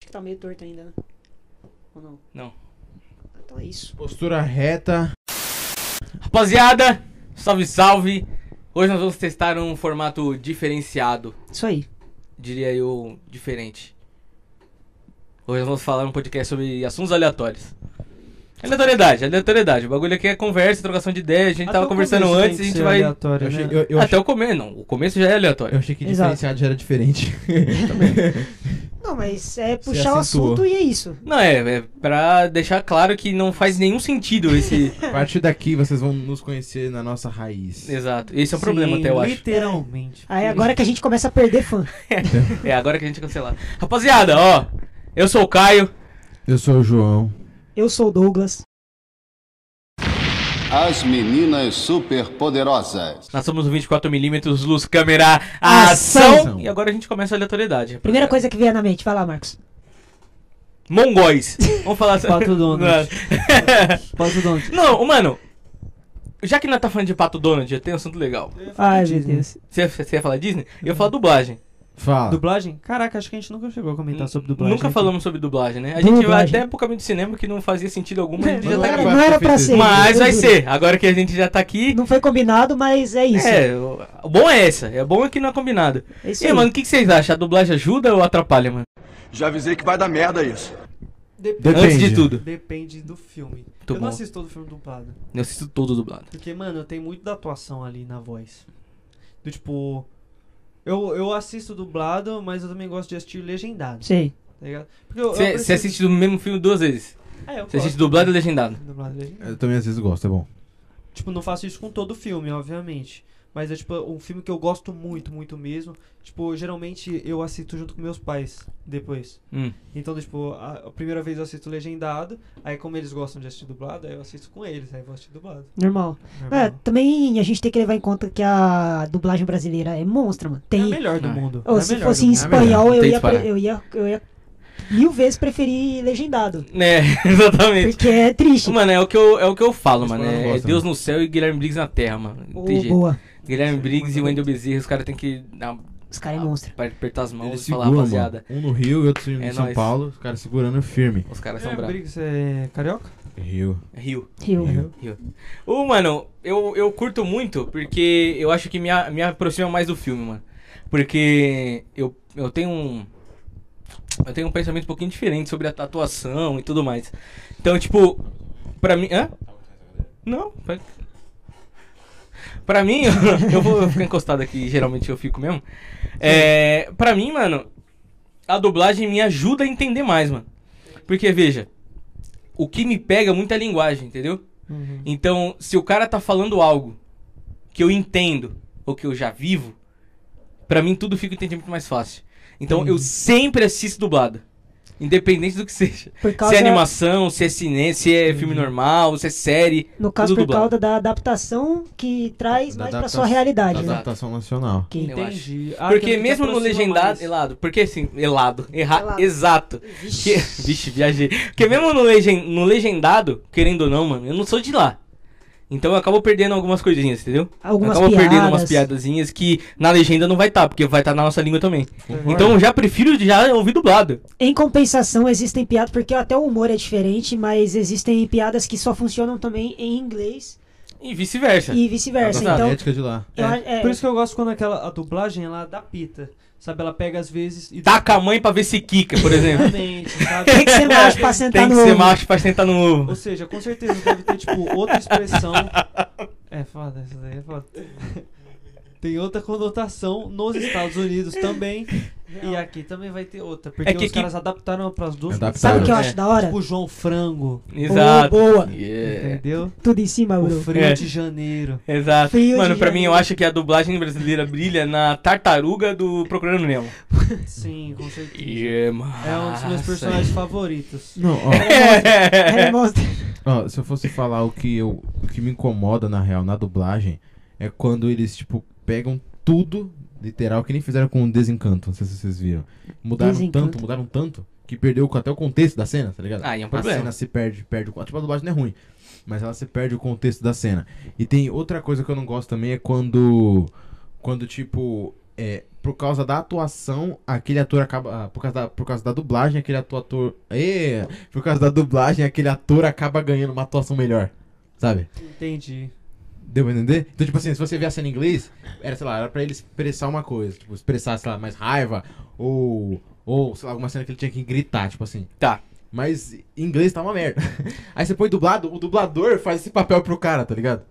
que tá meio torto ainda, né? Ou não? Não. Então é isso. Postura reta. Rapaziada, salve, salve. Hoje nós vamos testar um formato diferenciado, Isso aí. diria eu, diferente. Hoje nós vamos falar um podcast sobre assuntos aleatórios. Aleatoriedade, aleatoriedade. O bagulho aqui é conversa, trocação de ideias. A gente tava conversando antes e a é gente vai. Eu achei, né? eu, eu Até achei, o começo, não. O começo já é eu aleatório. achei que Exato. diferenciado já era diferente. Não, mas é Você puxar o acentuou. assunto e é isso. Não, é, é pra deixar claro que não faz nenhum sentido esse. A partir daqui vocês vão nos conhecer na nossa raiz. Exato. Esse é o problema, até eu acho. Literalmente. Aí agora que a gente começa a perder fã. É agora que a gente é cancelado. Rapaziada, ó. Eu sou o Caio. Eu sou o João. Eu sou o Douglas. As meninas superpoderosas. Nós somos o 24mm Luz Câmera Ação. Ação. E agora a gente começa a aleatoriedade. É. Primeira coisa que vier na mente, vai lá, Marcos. Mongóis. Vamos falar É. Pato Donald. Pato Donald. Não, mano. Já que nós tá falando de Pato Donald, tem um assunto legal. Ai, meu Disney. Deus. Você, você ia falar Disney? Eu ia falar dublagem. Fala. Ah. Dublagem? Caraca, acho que a gente nunca chegou a comentar tá sobre dublagem. Nunca aqui. falamos sobre dublagem, né? A gente vai Dublagem. até pro caminho de cinema que não fazia sentido algum, mas a gente já Não tá era, aqui. não era pra ser. Mas eu vai juro. ser. Agora que a gente já tá aqui. Não foi combinado, mas é isso. É, o- o bom é essa. É bom é que não é combinado. É isso E aí, aí. mano, o que, que vocês acham? A dublagem ajuda ou atrapalha, mano? Já avisei que vai dar merda isso. Depende. Depende. Antes de tudo. Depende do filme. Muito eu não bom. assisto todo filme dublado. Eu assisto todo dublado. Porque, mano, tem muito da atuação ali na voz. Do tipo. Eu, eu assisto dublado, mas eu também gosto de assistir legendado, Sei. tá ligado? Porque eu- eu Você preciso- assiste o mesmo filme duas vezes. É, eu Você assiste gosto. dublado e legendado. Dublado e legendado. Eu também às vezes gosto, é bom. Tipo, não faço isso com todo filme, obviamente. Mas é tipo um filme que eu gosto muito, muito mesmo. Tipo, geralmente eu assisto junto com meus pais depois. Hum. Então, tipo, a, a primeira vez eu assisto legendado, aí como eles gostam de assistir dublado, aí eu assisto com eles, aí eu vou assistir dublado. Normal. É, normal. também a gente tem que levar em conta que a dublagem brasileira é monstra, mano. É a Tem. melhor do Ah, é. mundo. Ou é a se melhor fosse em do mundo. espanhol, Não eu tem ia, que parar. pre- eu, ia, eu ia mil vezes preferir legendado. É, exatamente. Porque é triste. Mano, é o que eu, é o que eu falo, Mas mano. quando eu É gosto, Deus né? no céu e Guilherme Briggs na terra, mano. Não Ô, tem jeito. boa. Guilherme Briggs e Wendel Bezerra, os caras têm que dar, Os caras é monstro. pra apertar as mãos Eles e falar, seguram, rapaziada. mano. Um no Rio e outro em É São nóis. Paulo. Os caras segurando firme. Os caras são É, bravos. É Briggs é carioca? Rio. Rio. Rio. Rio. Ô, mano, eu, eu curto muito porque eu acho que me, a- me aproxima mais do filme, mano. Porque eu, eu tenho um. Eu tenho um pensamento um pouquinho diferente sobre a tatuação e tudo mais. Então, tipo, pra mim. Hã? Não, pode. Pra mim, eu vou ficar encostado aqui, geralmente eu fico mesmo. É, pra mim, mano, a dublagem me ajuda a entender mais, mano. Porque, veja, o que me pega muito é a linguagem, entendeu? Então, se o cara tá falando algo que eu entendo ou que eu já vivo, pra mim tudo fica um entendimento mais fácil. Então, eu sempre assisto dublado. Independente do que seja. Por Se causa, é animação, se é cinema, se é filme normal, se é série. no caso, tudo por dublado. causa da adaptação que traz Da mais Tá, pra adapta- sua realidade, Da né? adaptação nacional. Que- Eu acho. Entendi. Ah, porque então que mesmo no aproxima legendado. mais. Elado, porque assim, elado. Erra, Elado. Exato. Que, vixe, viajei. Porque mesmo no, legen, no legendado, querendo ou não, mano, eu não sou de lá. Então eu acabo perdendo algumas coisinhas, entendeu? Algumas eu acabo piadas. perdendo umas piadazinhas que na legenda não vai estar, porque vai estar na nossa língua também. Então eu já prefiro já ouvir dublado. Em compensação, existem piadas, porque até o humor é diferente, mas existem piadas que só funcionam também em inglês E vice-versa. e vice-versa. Exato. Então, ética de lá. eu a- é, Por isso que eu gosto quando aquela a dublagem ela adapta. Sabe, ela pega às vezes e Taca a mãe pra ver se quica, por exemplo. Exatamente, sabe? É, tem que ser macho pra sentar Tem que no ser ovo. macho pra sentar no ovo. Ou seja, com certeza deve ter, tipo, outra expressão. É foda, isso daí é foda. Tem outra conotação nos Estados Unidos também. E aqui também vai ter outra. Porque É que- os que- caras adaptaram pras duas. Adaptaram. Sabe o que eu É. acho da hora? Tipo, o João Frango. Exato. Ô, boa. Yeah. Entendeu? Tudo em cima, O bro. frio É. de janeiro. Exato. Frio Mano, de pra mim eu janeiro. acho que a dublagem brasileira brilha na tartaruga do Procurando Nemo. Sim, com certeza. Yeah, É um dos Ah, meus personagens favoritos. Não, ó. É, monstro. Ó, se eu fosse falar o que, eu, o que me incomoda, na real, na dublagem, é quando eles, tipo, pegam tudo, literal, que nem fizeram com o Desencanto, não sei se vocês viram. Mudaram Desencanto. tanto, mudaram tanto, que perdeu o- até o contexto da cena, tá ligado? Ah, e é um A problema. cena se perde, perde o... Tipo, a dublagem não é ruim, mas ela se perde o contexto da cena. E tem outra coisa que eu não gosto também, é quando... Quando, tipo... é, por causa da atuação, aquele ator acaba. ah, Por causa da, por causa da dublagem, aquele atu- ator. Ê, por causa da dublagem, aquele ator acaba ganhando uma atuação melhor. Sabe? Entendi. Deu pra entender? Então, tipo assim, se você vê a cena em inglês, era, sei lá, era pra ele expressar uma coisa. Tipo, expressar, sei lá, mais raiva. Ou, ou sei lá, alguma cena que ele tinha que gritar, tipo assim. Tá. Mas em inglês tá uma merda. Aí você põe dublado, o dublador faz esse papel pro cara, tá ligado?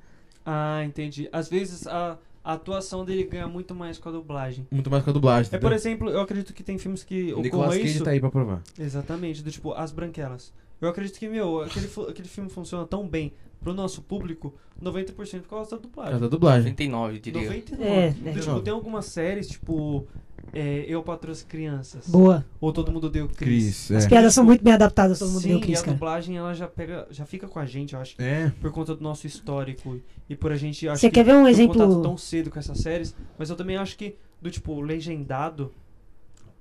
Ah, entendi. Às vezes a, a atuação dele ganha muito mais com a dublagem. Muito mais com a dublagem. É, por exemplo, eu acredito que tem filmes que ocorra Nicolas Cage isso. tá aí pra provar. Exatamente, do tipo, As Branquelas. Eu acredito que, meu, aquele, fu- aquele filme funciona tão bem pro nosso público, 90% por causa da Por causa dublagem. da dublagem. 99, diria. 99%. É, é. Do tipo, tem algumas séries, tipo, é, Eu Patrulho as Crianças. Boa. Ou Todo Mundo Deu Cris. Cris, As é. piadas são muito bem adaptadas, todo mundo Sim, deu e a Cris, cara. dublagem ela já pega, já fica com a gente, eu acho, É. por conta do nosso histórico e por a gente acho Você que quer ver um ter exemplo? contato tão cedo com essas séries, mas eu também acho que do tipo legendado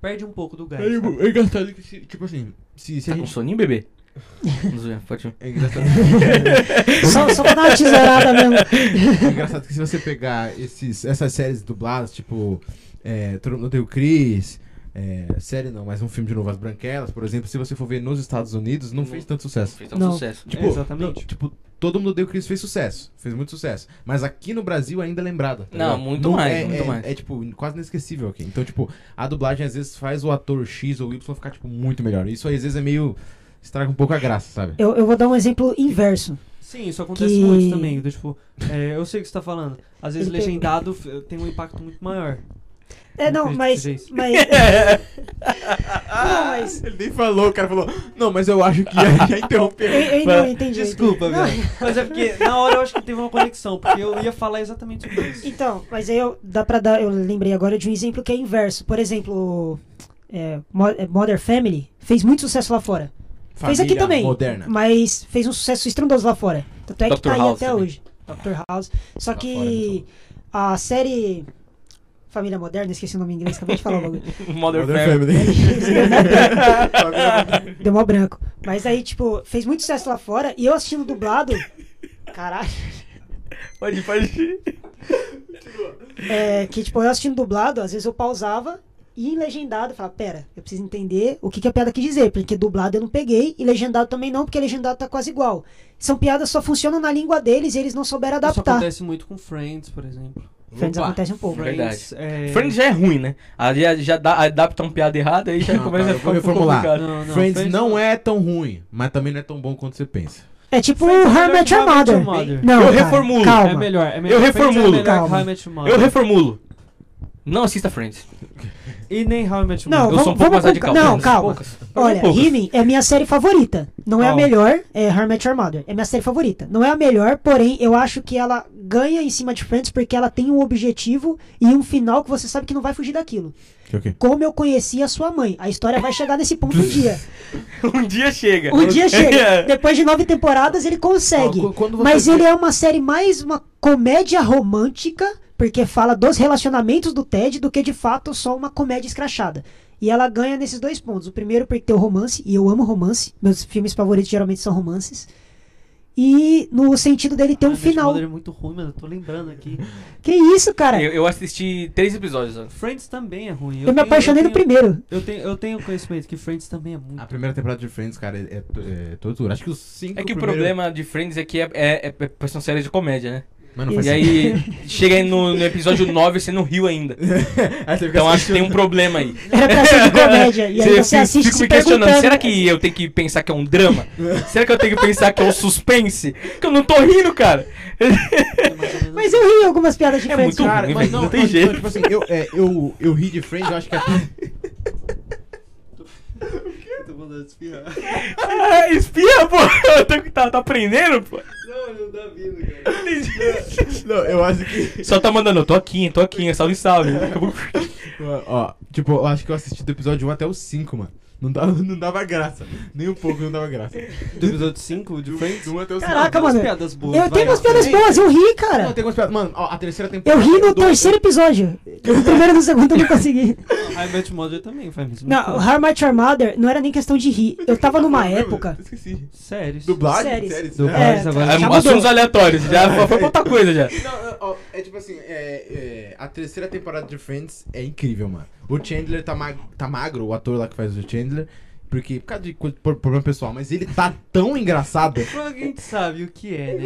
perde um pouco do gás. sabe? É engraçado que, se- tipo assim, se, se a Tá com gente. soninho, bebê? Não zoeira, pode... É engraçado, Só, só pra dar uma tesourada mesmo. é engraçado que se você pegar esses, essas séries dubladas, tipo. É, Todo Mundo Odeia o Chris. É, série não, mas um filme de novo, As Branquelas, por exemplo, se você for ver nos Estados Unidos, não Não- fez tanto sucesso. Fez tanto Não. sucesso. Tipo, É, exatamente. não, tipo, todo mundo deu Cris fez sucesso. Fez muito sucesso. Mas aqui no Brasil ainda é lembrada. tá Não, ligado? muito mais, é, muito é- mais. É, tipo, quase inesquecível aqui. Então, tipo, a dublagem às vezes faz o ator X ou Y ficar, tipo, muito melhor. Isso às vezes é meio. estraga um pouco a graça, sabe? Eu, eu vou dar um exemplo inverso. Sim, isso acontece Que- muito também. do tipo, é, eu sei o que você tá falando. Às vezes Ele pegou. legendado f- tem um impacto muito maior. É, não, acredito mas. que seja isso. mas não, mas. Ele nem falou, o cara falou, não, mas eu acho que já, interrompeu. Eu, eu, não, eu entendi. eu Desculpa, entendi. velho. Não, Mas é porque na hora eu acho que teve uma conexão, porque eu ia falar exatamente sobre isso. Então, mas aí eu dá para dar, eu lembrei agora de um exemplo que é inverso. Por exemplo, é, Mo- é, Modern Family fez muito sucesso lá fora, Fez aqui também. Moderna. mas fez um sucesso estrondoso lá fora. Tanto é que Dr. tá aí House até também. hoje. Dr. House. Só Lá que fora é muito a série Família Moderna, esqueci o nome em inglês, acabei de falar o bagulho. Mother, Modern Family. Family. Deu mó branco. Mas aí, tipo, fez muito sucesso lá fora e eu assistindo dublado. Caralho. Pode, pode. É, que, tipo, eu assistindo dublado, às vezes eu pausava e em legendado eu falava, pera, eu preciso entender o que, que a piada quis dizer, porque dublado eu não peguei e legendado também não, porque legendado tá quase igual. São piadas que só funcionam na língua deles e eles não souberam Isso adaptar. acontece muito com Friends, por exemplo. Friends Opa. acontece um pouco. Friends. Friends, é... Friends já é ruim, né? Aí já, já dá, adapta um piada errada aí já Não, começa a cara, eu ficar vou um pouco reformular. complicado. Não, não, Friends Friends não é tão ruim, mas também não é tão bom quanto você pensa. É tipo Friends é o melhor How I Met que Your How I Met Your Mother. Mother. Não, Eu cara, reformulo. Calma. É melhor, é melhor. Eu Friends reformulo. É melhor que Calma. How I Met Your Mother. Eu reformulo. Não assista Friends. E nem How I Met Your Não, Mother. Eu sou um pouco mais vamos radical. com- não, Poucas, calma. poucas. Olha, Poucas. Rimming é minha série favorita. Não é a Qual? melhor, é How I Met Your Mother. É minha série favorita. Não é a melhor, porém, eu acho que ela ganha em cima de Friends porque ela tem um objetivo e um final que você sabe que não vai fugir daquilo. Que o quê? Como eu conheci a sua mãe. A história vai chegar nesse ponto um dia. Um dia chega. É. Um dia chega. Depois de nove temporadas, ele consegue. Ó, qu- quando você- Mas ele é uma série mais uma comédia romântica, porque fala dos relacionamentos do Ted, do que de fato só uma comédia escrachada. E ela ganha nesses dois pontos. O primeiro, porque tem o romance, e eu amo romance. Meus filmes favoritos geralmente são romances. E no sentido dele ter um final. Mother é muito ruim, mano. Eu tô lembrando aqui. Que isso, cara? Eu, Eu, eu assisti três episódios. ó. Friends também é ruim. me tenho- apaixonei no tenho- primeiro. Eu tenho, eu tenho conhecimento que Friends também é muito. A Ah, primeira temporada de Friends, cara, é, é to- é tortura. Acho que os cinco É que o primeiros- problema de Friends é que é, é, é, é- são séries de comédia, né? Mas não E faz E aí, chega aí no, no episódio 9 e você não riu ainda. Então assim, acho que tem um problema aí. Era pra ser de comédia. E aí Cê você fi- assiste fico se me questionando, perguntando. será que eu tenho que pensar que é um drama? será que eu tenho que pensar que é um suspense? Que eu não tô rindo, cara. É mais ou menos Mas assim. eu ri em algumas piadas de É Friends. muito cara. Cara, ruim, mas velho, não, não tem mas, jeito. Tipo assim, eu, é, eu, eu ri de Friends, eu acho que é. Tô com vontade de espirrar. Ah, espia, pô. Eu tô, tá, tá aprendendo, pô. Não, não tá vindo, cara. não, eu acho que. Só tá mandando, eu tô aqui, eu tô aqui, salve, salve. Acabou. Ó, tipo, eu acho que eu assisti do episódio 1 até o 5, mano. Não dava, não dava graça. Nem um pouco não dava graça. Do É. episódio 5 de Friends? Do 1 até o 5. Caraca, Tem umas mano. piadas boas, Eu vai, tenho umas vai. piadas boas, eu ri, cara. Não, tem umas piadas. Mano, ó, a terceira Eu né? temporada. é né? ri no do- terceiro episódio. O primeiro e o segundo eu não consegui. High Match Mother também faz isso. Não, Muito How I Met Your Mother não era nem questão de rir. Eu tava numa época. Esqueci. bom. Sério. isso. Dublagem? Séries. Séries. Dublagem. É, agora. É, já assuntos mudou. aleatórios, já foi pra outra coisa já. Não, não, ó, é tipo assim, é, é, a terceira temporada de Friends é incrível, mano. O Chandler tá, mag tá magro, o ator lá que faz o Chandler, porque por causa de co- por- problema pessoal, mas ele tá tão engraçado. Quando é a gente sabe o que é, né?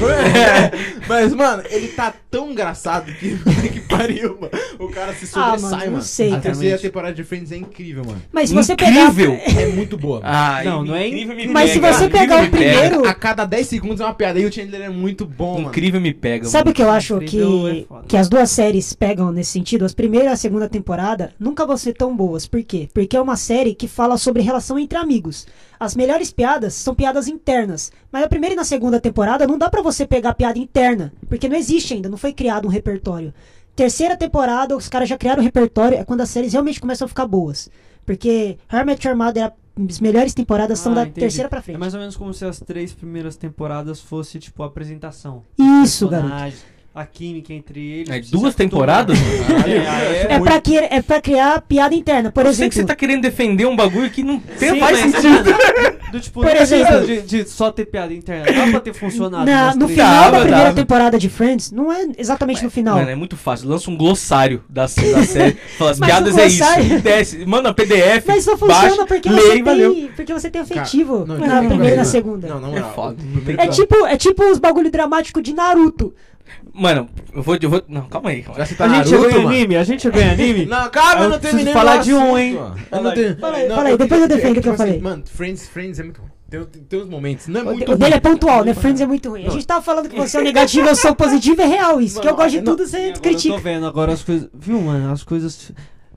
mano? mas, mano, ele tá tão engraçado que, que pariu, mano. O cara se Ah, sobressai, mano, mano. não sei, a cara. terceira temporada de Friends é incrível, mano. Mas se você Incrível. pegar. É muito boa. mano. Ah, Não, não é incrível. Mas se você incrível pegar me o pega. primeiro. A cada 10 segundos é uma piada. E o Chandler é muito bom, mano. Incrível me pega. Sabe o mano. que eu acho Incrível é que, foda. que as duas séries pegam nesse sentido? As primeira e a segunda temporada nunca vão ser tão boas. Por quê? Porque é uma série que fala sobre relação entre amigos. As melhores piadas são piadas internas. Mas na primeira e na segunda temporada não dá pra você pegar piada interna. Porque não existe ainda, não foi criado um repertório. Terceira temporada, os caras já criaram o repertório. É quando as séries realmente começam a ficar boas. Porque Hermit Armada era. As melhores temporadas são Ah, da entendi. terceira pra frente. É mais ou menos como se as três primeiras temporadas fosse, tipo, a apresentação. Isso, garoto. um Personagem, A química entre eles. É você duas se acostuma. temporadas? É, aí é- É pra, que, é pra criar piada interna. Por eu sei exemplo. que você tá querendo defender um bagulho que não tem Sim, faz mas- sentido. Do tipo, Por não precisa exemplo- de, de só ter piada interna. Dá pra ter funcionado. Na- nas no três. final Dava, da primeira dava. temporada de Friends, não é exatamente no final. Mano, é muito fácil. Lança um glossário da, da série. Fala, as Mas piadas o é isso. glossário- Desce, manda PDF. mas só baixa, funciona porque, lê você e valeu. tem, porque você tem Cara, afetivo não, na não, primeira e na não. segunda. Não, não, É não. então. foda. O primeiro É tipo, é tipo os bagulho dramático de Naruto. Mano, eu vou, eu vou. Não, calma aí. Calma Já aí. se tá A Naruto, gente chegou em mano. anime, a gente chegou em anime. Não, calma, Eu eu não preciso terminei falar meu de um, assunto, hein? ó. Fala Eu não aí, tenho- fala aí, não, fala aí, eu depois eu queria- defendo o que eu tipo assim, falei. Mano, Friends, Friends é muito ruim. Tem, tem, tem uns momentos, não é O, muito de- o dele é pontual, né? Mano, Friends é muito ruim. A gente tava falando que você é o negativo, eu sou o positivo, é real isso. que eu Mano, gosto de não- tudo, você Agora eu tô critica. vendo agora as coisas. Viu, mano? As coisas.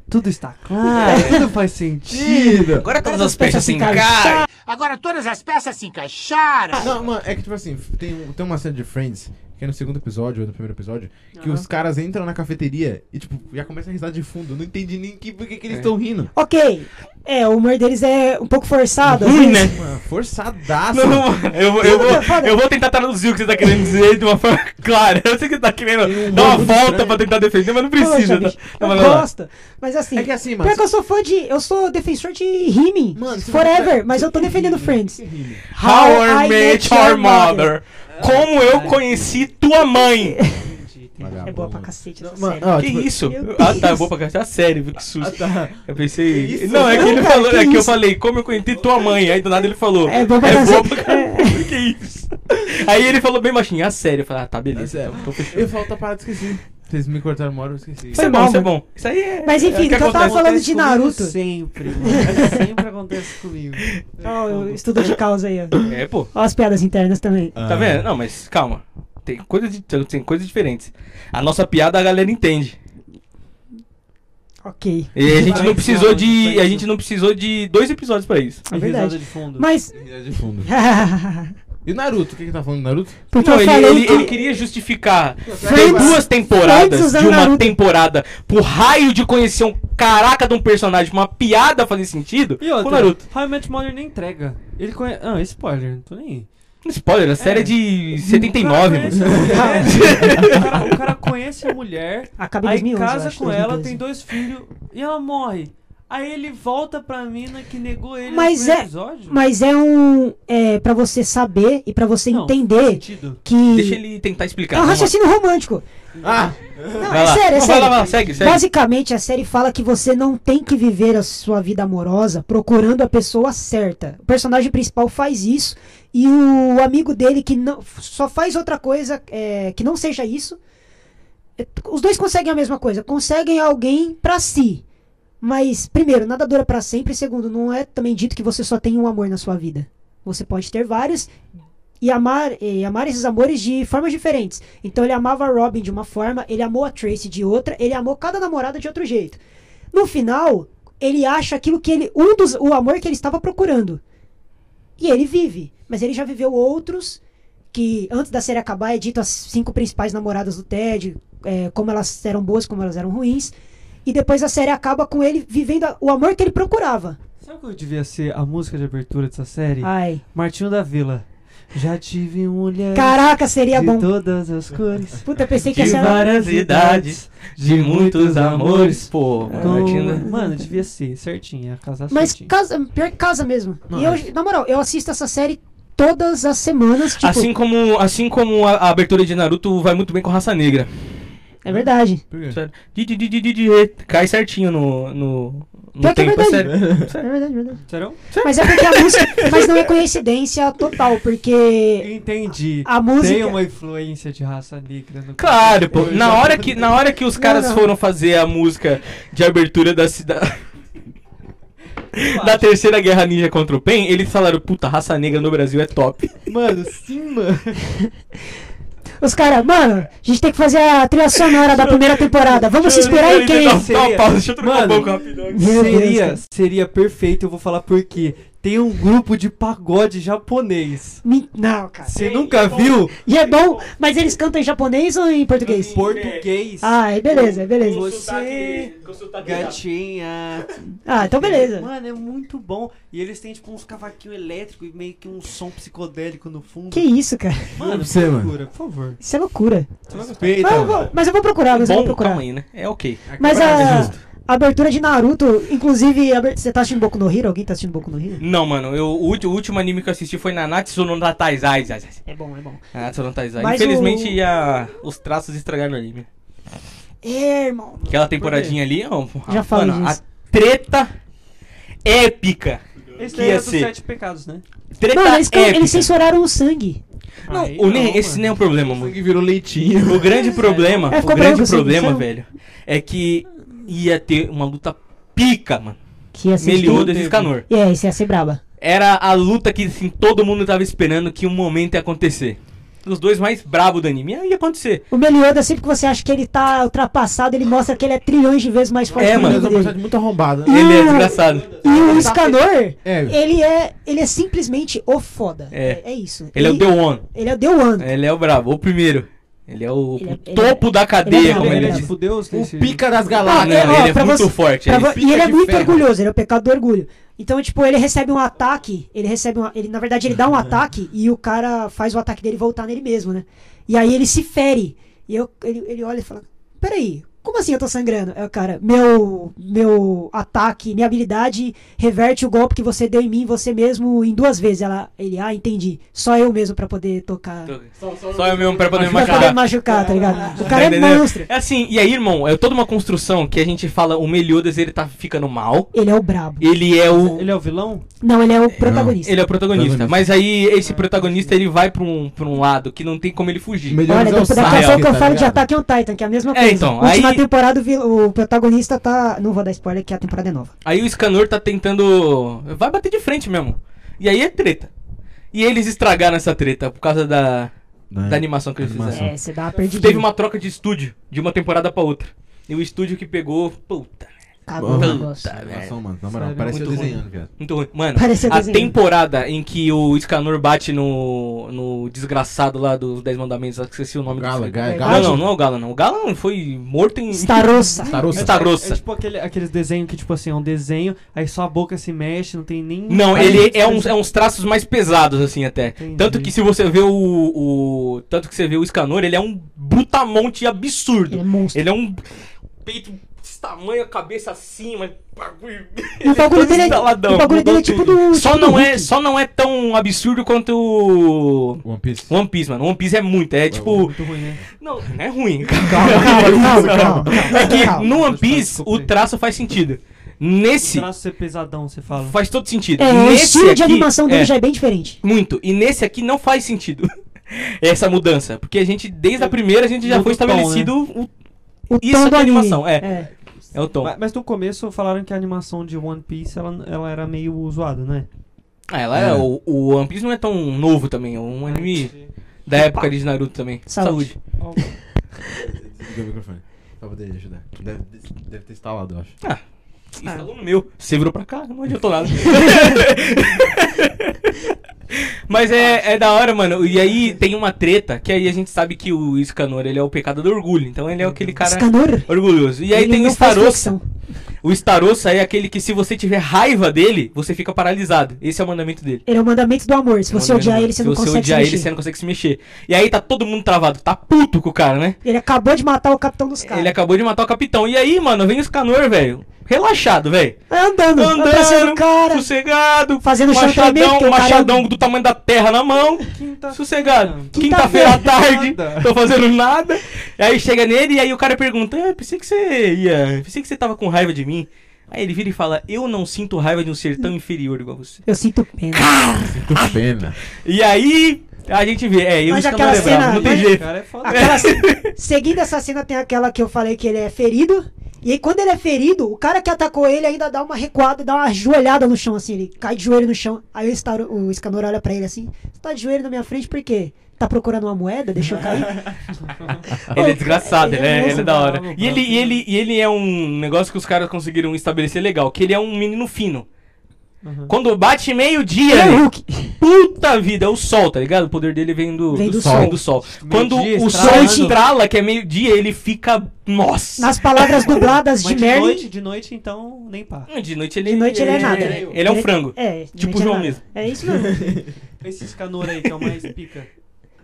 Tudo está claro, É. tudo faz sentido. Mentira! Agora todas as assim, peças peças se se encaixam. encaixam. Agora todas as peças se encaixaram. Não, mano, é que tipo assim, tem, um- tem uma cena de Friends, que é no segundo episódio ou no primeiro episódio, que os caras entram na cafeteria e tipo, já começa a risar de fundo. Eu não entendi nem que, por que que eles estão rindo. Ok. É, o humor deles é um pouco forçado. às Ruim, vezes. né? Mano, forçadaço. Não, não, mano, eu, vou- eu, Foda, vou, foda. eu vou tentar traduzir o que você tá querendo dizer de uma forma clara. Eu sei que você tá Tem querendo um dar uma humor volta estranho. pra tentar defender, mas não precisa. Poxa, tá? bicho, eu Não, mas vai lá. gosto. Mas assim. É que assim, mano. Pior que eu sou fã de. Eu sou defensor de Rimming. Mano, se Forever. você- Mas eu tô defendendo Friends. How I Met Your Mother. Como eu conheci tua mãe. Entendi, entendi. É boa pra cacete essa Mano, série. ó, que tipo, isso? Meu Ah, tá, Deus. boa pra cacete. Ah, sério, viu? que Ah, susto. tá. Eu pensei. Que isso? Não, é que Não, ele cara, falou. que é que eu isso? falei, como eu conheci tua mãe. Aí do nada ele falou. É boa pra boa cacete. pra é. cacete. Que isso? Aí ele falou bem baixinho, ah, sério. Eu falei, ah, tá, Mas beleza. é, então, tô fechando. eu falo outra parada, esqueci. Vocês me cortaram uma hora, eu esqueci. Isso é Foi bom, mal, isso é mano. bom. Isso aí é. Mas é enfim, o que do que eu tava acontece. falando Acontece de comigo Naruto. Sempre, mano. sempre acontece comigo. Ó, eu estudo de causa aí, ó. É, pô. Ó as piadas internas também. Ah. Tá vendo? Não, mas calma. Tem coisas, di- tem coisas diferentes. A nossa piada a galera entende. Ok. E a gente Vai, não precisou vai, de. vai. A gente não precisou de dois episódios pra isso. É verdade. Risada de fundo. Mas. É de fundo. E o Naruto? O que que tá falando do Naruto? Porque Não, eu Então, ele, falei ele- que. ele queria justificar Friends- duas temporadas Friends de uma Naruto. temporada pro raio de conhecer um caraca de um personagem pra uma piada fazer sentido E com outra, o Naruto. How I Met Your Mother nem entrega. Ele conhece. Ah, spoiler, não tô nem aí. Spoiler, a série é de 79, É. O cara conhece mano. a mulher, o, cara, o cara conhece a mulher, Acaba em aí 2011, eu casa acho, é com ela, 2012. tem dois filhos e ela morre. Aí ele volta pra mina que negou ele Mas no primeiro é- episódio. Mas é um. É pra você saber e pra você Não, entender Sentido. que. Deixa ele tentar É explicar. um vamos lá. raciocínio romântico. Ah! Não, Vai é lá. sério, é sério. Não, Vai lá, vai lá, segue, segue. Basicamente, a série fala que você não tem que viver a sua vida amorosa procurando a pessoa certa. O personagem principal faz isso e o amigo dele que não, só faz outra coisa é, que não seja isso. é, Os dois conseguem a mesma coisa, conseguem alguém pra si. Mas, primeiro, nada dura pra sempre. Segundo, não é também dito que você só tem um amor na sua vida. Você pode ter vários e amar, e amar esses amores de formas diferentes. Então ele amava a Robin de uma forma, ele amou a Tracy de outra, ele amou cada namorada de outro jeito. No final, ele acha aquilo que ele. Um dos, o amor que ele estava procurando. E ele vive. Mas ele já viveu outros que, antes da série acabar, é dito as cinco principais namoradas do Ted, é, como elas eram boas, como elas eram ruins. E depois a série acaba com ele vivendo a- o amor que ele procurava. Sabe o que devia ser a música de abertura dessa série? Ai. Martinho da Vila. Já tive mulher Caraca, seria de é bom. todas as cores. Puta, eu pensei que De essa é era. várias idades, de muitos amores, pô. Com- Mano, Então, Tina- Mano, devia ser certinho, ia casar Mas certinho. casa, pior que casa mesmo. E eu, na moral, eu assisto essa série todas as semanas. Tipo, assim como, assim como a, a abertura de Naruto vai muito bem com raça negra. é verdade. Por quê? Sério. Di, di, di, di, di, di, cai certinho no, no, no Pior que é tempo, é verdade. sério. É verdade, é verdade. Serão? Mas é porque a música. Mas não é coincidência total, porque. Entendi. A música- Tem uma influência de raça negra no Claro, pô. Eu Na já- hora que, na hora que os caras não. foram fazer a música de abertura da cidade. Da acho. terceira guerra ninja contra o PEN, eles falaram, puta, raça negra no Brasil é top. Mano, sim, mano. Os caras, mano, a gente tem que fazer a trilha sonora da primeira temporada. Vamos esperar em quem? Dá dá uma Seria- pausa, deixa eu trocar um Mano, pouco rapidão. Meu Deus, Seria, cara. seria perfeito, eu vou falar por quê. Tem um grupo de pagode japonês. Me- Não, cara. Você nunca viu? E é bom, mas eles cantam em japonês ou em português? Em português. Ah, é beleza, é beleza. Tá Você, gatinha. Ah, então beleza. Mano, é muito bom. E eles têm, tipo, uns cavaquinhos elétricos e meio que um som psicodélico no fundo. Que isso, cara? Mano, Você, mano. procura, por favor. Isso é loucura. Respeita, Mas eu mano. vou, mas eu vou procurar, mas eu vou Bom, procurar. calma aí, né? É ok. Mas Acabado, a, justo. a abertura de Naruto, inclusive, a aber- você tá assistindo Boku no Hero? Alguém tá assistindo Boku no Hero? Não, mano, eu, o, ulti- o último anime que eu assisti foi Nanatsu no Taizai. É bom, é bom. Nanatsu no Taizai. Mas Infelizmente, o- a- os traços estragaram o anime. É, irmão. Aquela temporadinha ali, ó. Já mano, falo a disso. treta épica. Esse Que daí ia é dos ser. sete pecados, né? Treta Mano, eles, épica. eles censuraram o sangue. Não, Aí o nem- não, esse mano. nem é o problema, mano. sangue virou leitinho. O grande problema, É, o ficou grande branco, sim, problema, sim. velho, é que ia ter uma luta pica, mano. Que ia ser Meliodas e tudo. Escanor. E é, isso ia ser braba. Era a luta que assim, todo mundo tava esperando que um momento ia acontecer. Os dois mais bravos do anime. Aí ia acontecer. O Meliodas, sempre que você acha que ele tá ultrapassado, ele mostra que ele é trilhões de vezes mais forte É, que o mano. amigo Mas é uma dele. personagem muito arrombada. né? Ele é desgraçado. Ah, E o Escanor, É. ele é ele é simplesmente o foda. É. É, isso. Ele é o The One. Ele é o The One. Ele é o bravo, o primeiro. Ele é o, Ele é- o ele topo da ele cadeia, é como brabo, ele ele diz. é tipo Deus, O esse- pica das Ah, galáxias. é, ó, ele é pra muito você- forte, pra ele vo- fica E ele é de muito ferro. orgulhoso, ele é o pecado do orgulho. Então, tipo, ele recebe um ataque, ele recebe uma. Ele, na verdade, ele dá um ataque e o cara faz o ataque dele voltar nele mesmo, né? E aí ele se fere. E eu, ele, ele olha e fala: Peraí, como assim eu tô sangrando? É o cara, meu, meu ataque, minha habilidade reverte o golpe que você deu em mim, você mesmo, em duas vezes. Ela, ele, ah, entendi. Só eu mesmo pra poder tocar. é- Só eu mesmo pra poder Pra poder machucar. machucar, tá ligado? O cara Tá é entendendo? monstro. É assim, e aí, irmão, é toda uma construção que a gente fala o Meliodas ele tá ficando mal. Ele é o brabo. Ele é o. Ele é o vilão? Não, ele é o protagonista. Ele é o protagonista. Protagonista. Mas aí esse protagonista ele vai pra um, pra um lado que não tem como ele fugir. Melhor Olha, um daqui usar o daqui a saque, pouco eu tá falo de ligado? Ataque on Titan, que é a mesma É, coisa. então, Última aí- temporada, o vi- o protagonista tá. Não vou dar spoiler, que a temporada é nova. Aí o Scanor tá tentando. Vai bater de frente mesmo. E aí é treta. E eles estragaram essa treta por causa da, Né? da animação que eles Animação. fizeram. É, você dá uma perdida. Teve uma troca de estúdio, de uma temporada pra outra. E o estúdio que pegou. Puta, Cagou o Puta negócio. merda. Animação, mano. Na moral, Sério, parece eu muito ruim. desenhando, viado. Muito ruim. Mano, Parece a desenho. temporada em que o Scanor bate no, no desgraçado lá dos Dez Mandamentos, eu esqueci o nome Gala, do Gala, Gala. Não, não, não é o Gala, não. O Gala não foi morto em. Starossa. Tarossa. Tá grossa. É tipo aquele, aqueles desenhos que, tipo assim, é um desenho, aí só a boca se mexe, não tem nem. Não, Aí ele eles- é uns, é uns traços mais pesados, assim, até. Entendi. Tanto que se você vê o, o- Tanto que você vê o Scanor, ele é um brutamonte absurdo. Ele é monstro. Ele é um peito desse tamanho, a cabeça assim, mas. bagulho- O bagulho todo dele é- estaladão, o bagulho mudou dele é tipo tudo. do- Só, tipo do não é, Hulk. só não é tão absurdo quanto o. One Piece. One Piece, mano. One Piece é muito. É tipo. Muito ruim, né? Não, não é ruim. Calma, calma, calma, calma, calma. É que Calma. no One Piece o traço faz sentido. O Nesse Um traço ser pesadão, você fala. faz todo sentido. É, o um Nesse estilo de aqui, animação dele é. já é bem diferente. Muito. E nesse aqui não faz sentido essa mudança. Porque a gente, desde a primeira, a gente já Muda foi o tom, estabelecido o, O Isso tom é do anime. animação, é. é o tom. Ma- Mas, no começo falaram que a animação de One Piece ela, ela era meio zoada, né? Ah, ela é. É. O, o One Piece não é tão novo também. É um anime da época de Naruto também. Saúde. Saúde. Liga o microfone. Só pra poder ajudar. Deve, deve ter instalado, eu acho. Isso Ah. é aluno meu. Você virou pra cá, não adiantou nada. Mas é, é da hora, mano. E aí tem uma treta que aí a gente sabe que o Scanor ele é o pecado do orgulho. Então ele é aquele cara Escanor. orgulhoso. E aí ele tem o não faz Starossa. flexão. O Starossa é aquele que, se você tiver raiva dele, você fica paralisado. Esse é o mandamento dele. Ele é o mandamento do amor. Se É o você mandamento odiar do- ele, você não Se você consegue se odiar ele, mexer. você não consegue se mexer. E aí tá todo mundo travado, tá puto com o cara, né? Ele acabou de matar o capitão dos caras. Ele acabou de matar o capitão. E aí, mano, vem os canor, velho. Relaxado, velho. Andando, andando, Andando, o Tá um cara. sossegado, Fazendo chão tremendo, machadão, porque o cara é- machadão do tamanho da terra na mão. Quinta- Sossegado. Quinta-feira. Quinta-feira à tarde, Nada. tô fazendo nada. Aí chega nele e aí o cara pergunta: ah, pensei que você ia. Pensei que você tava com raiva de mim. Aí ele vira e fala: Eu não sinto raiva de um ser tão inferior igual você. Eu sinto pena. Sinto pena. E aí a gente vê, é, eu Mas os aquela camarões cena- bravos, não tem mas- O jeito. cara é foda. Aquela É. ce- Seguindo essa cena tem aquela que eu falei que ele é ferido. E aí, quando ele é ferido, o cara que atacou ele ainda dá uma recuada, dá uma joelhada no chão, assim, ele cai de joelho no chão. Aí o, Star, o Escanor olha pra ele assim, você tá de joelho na minha frente por quê? Tá procurando uma moeda? Deixa eu cair. Ele é desgraçado, Ele ele é é, ele é da hora. bravo, E ele, bravo. e ele, e ele é um negócio que os caras conseguiram estabelecer legal, que ele é um menino fino. Uhum. Quando bate Ele meio-dia, é o ele- Hulk. puta vida, é o sol, tá ligado? O poder dele vem do, Vem do Vem sol. do sol. Quando Meio-dia, o sol estralando. estrala, que é meio-dia, ele fica. Nossa! Nas palavras dubladas de Mas de Merlin, noite, de noite, então, nem pá. De noite ele de noite ele é nada. né? Ele é um frango. É, de Tipo noite o João é nada. mesmo. É isso mesmo. Esse escanor aí que é o mais pica.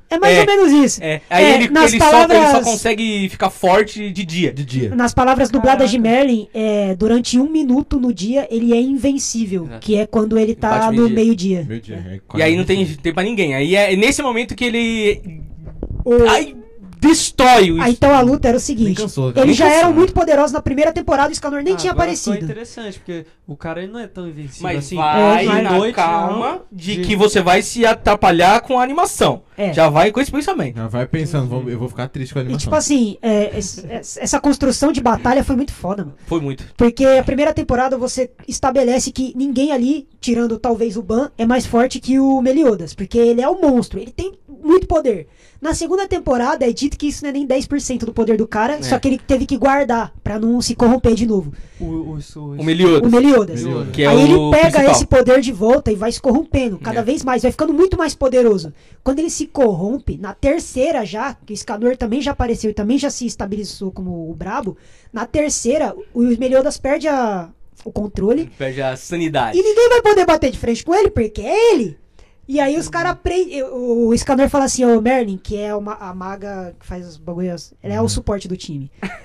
É mais É. ou menos isso. É. Aí É, ele, nas ele, só, ele palavras- só consegue ficar forte de dia. De dia. Nas palavras dubladas Caraca. de Merlin, é, durante um minuto no dia ele é invencível, Exato. que é quando ele tá Bate no meio-dia. meio-dia. Meu dia. é E aí não quase tem, isso. tem pra ninguém. Aí é nesse momento que ele. O- Ai, destrói o. Ah, então a luta era o seguinte: Nem cansou, cara. eles Nem já cansou, eram né? muito poderosos na primeira temporada, o Escanor nem Ah, tinha agora ficou aparecido. interessante, porque o cara ele não é tão invencível Mas assim. vai É, na mas- calma não. de que você vai se atrapalhar com a animação. É. Já vai com esse pensamento. Já vai pensando, vou- eu vou ficar triste com a E animação. tipo assim, é, es- es- essa construção de batalha foi muito foda, mano. Foi muito. Porque a primeira temporada você estabelece que ninguém ali, tirando talvez o Ban, é mais forte que o Meliodas, porque ele é o monstro, ele tem muito poder. Na segunda temporada é dito que isso não é nem 10% do poder do É. cara, só que ele teve que guardar pra não se corromper de novo. O, o, o, O O Meliodas. Meliodas. Meliodas. Que é Aí o ele pega principal. esse poder de volta e vai se corrompendo cada É. vez mais, vai ficando muito mais poderoso. Quando ele se corrompe, na terceira já, que o Escanor também já apareceu e também já se estabilizou como o brabo, na terceira o Meliodas perde a- o controle Perde a sanidade. e ninguém vai poder bater de frente com ele porque é ele. E aí os caras prendem. O Escanor fala assim: Ô Merlin, que é uma, a maga que faz os bagulhos, ela é o suporte do time.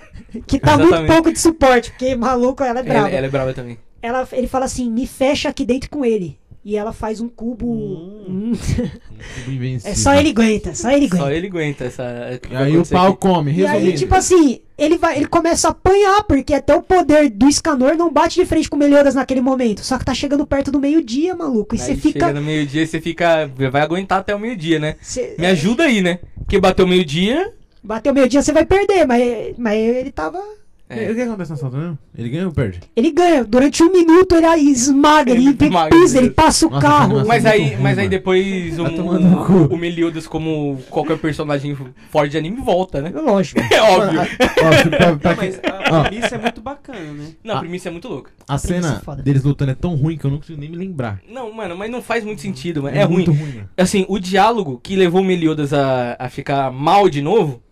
que tá muito Uhum. Exatamente. pouco de suporte, porque maluco ela é brava Ela, ela é brava também. ela, ele fala assim, me fecha aqui dentro com ele. E ela faz um cubo. Hum. Hum. Invencível. É só ele aguenta, só ele aguenta. Só ele aguenta essa. E aí o pau come, E resumindo. aí, tipo assim, ele vai, ele começa a apanhar, porque até o poder do Escanor não bate de frente com o Meliodas naquele momento. Só que tá chegando perto do meio-dia, maluco. E você Aí Chega fica. no meio-dia, você fica. Vai aguentar até o meio-dia, né? cê- Me ajuda aí, né? Porque bateu meio-dia. bateu meio-dia, você vai perder, mas, mas ele tava. É. O que acontece nessa altura mesmo? Ele ganha ou perde? Ele ganha. Durante um minuto ele aí esmaga, ele, Ele esmaga, pisa, meu ele passa o Nossa, carro. que Mas muito aí, ruim, mas aí mano. depois um, o, tomando no cu. o Meliodas, como qualquer personagem forte de anime, volta, né? Lógico. É óbvio. Ó, tipo, pra- pra Não, mas quem- Ah. a premissa é muito bacana, né? Não, a premissa é muito louca. A cena foda. deles lutando é tão ruim que eu não consigo nem me lembrar. Não, mano, mas não faz muito sentido, mano. É, ruim. muito ruim. né? mano. Assim, o diálogo que levou o Meliodas a, a ficar mal de novo,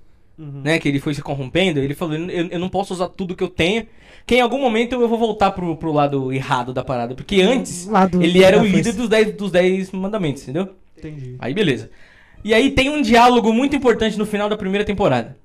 Uhum. né? Que ele foi se corrompendo, ele falou, eu, eu não posso usar tudo que eu tenho, que em algum momento eu vou voltar pro, pro lado errado da parada. Porque antes, Lá do- ele era da o líder força. dos 10 dos dez mandamentos, entendeu? Entendi. Aí beleza. E aí tem um diálogo muito importante no final da primeira temporada.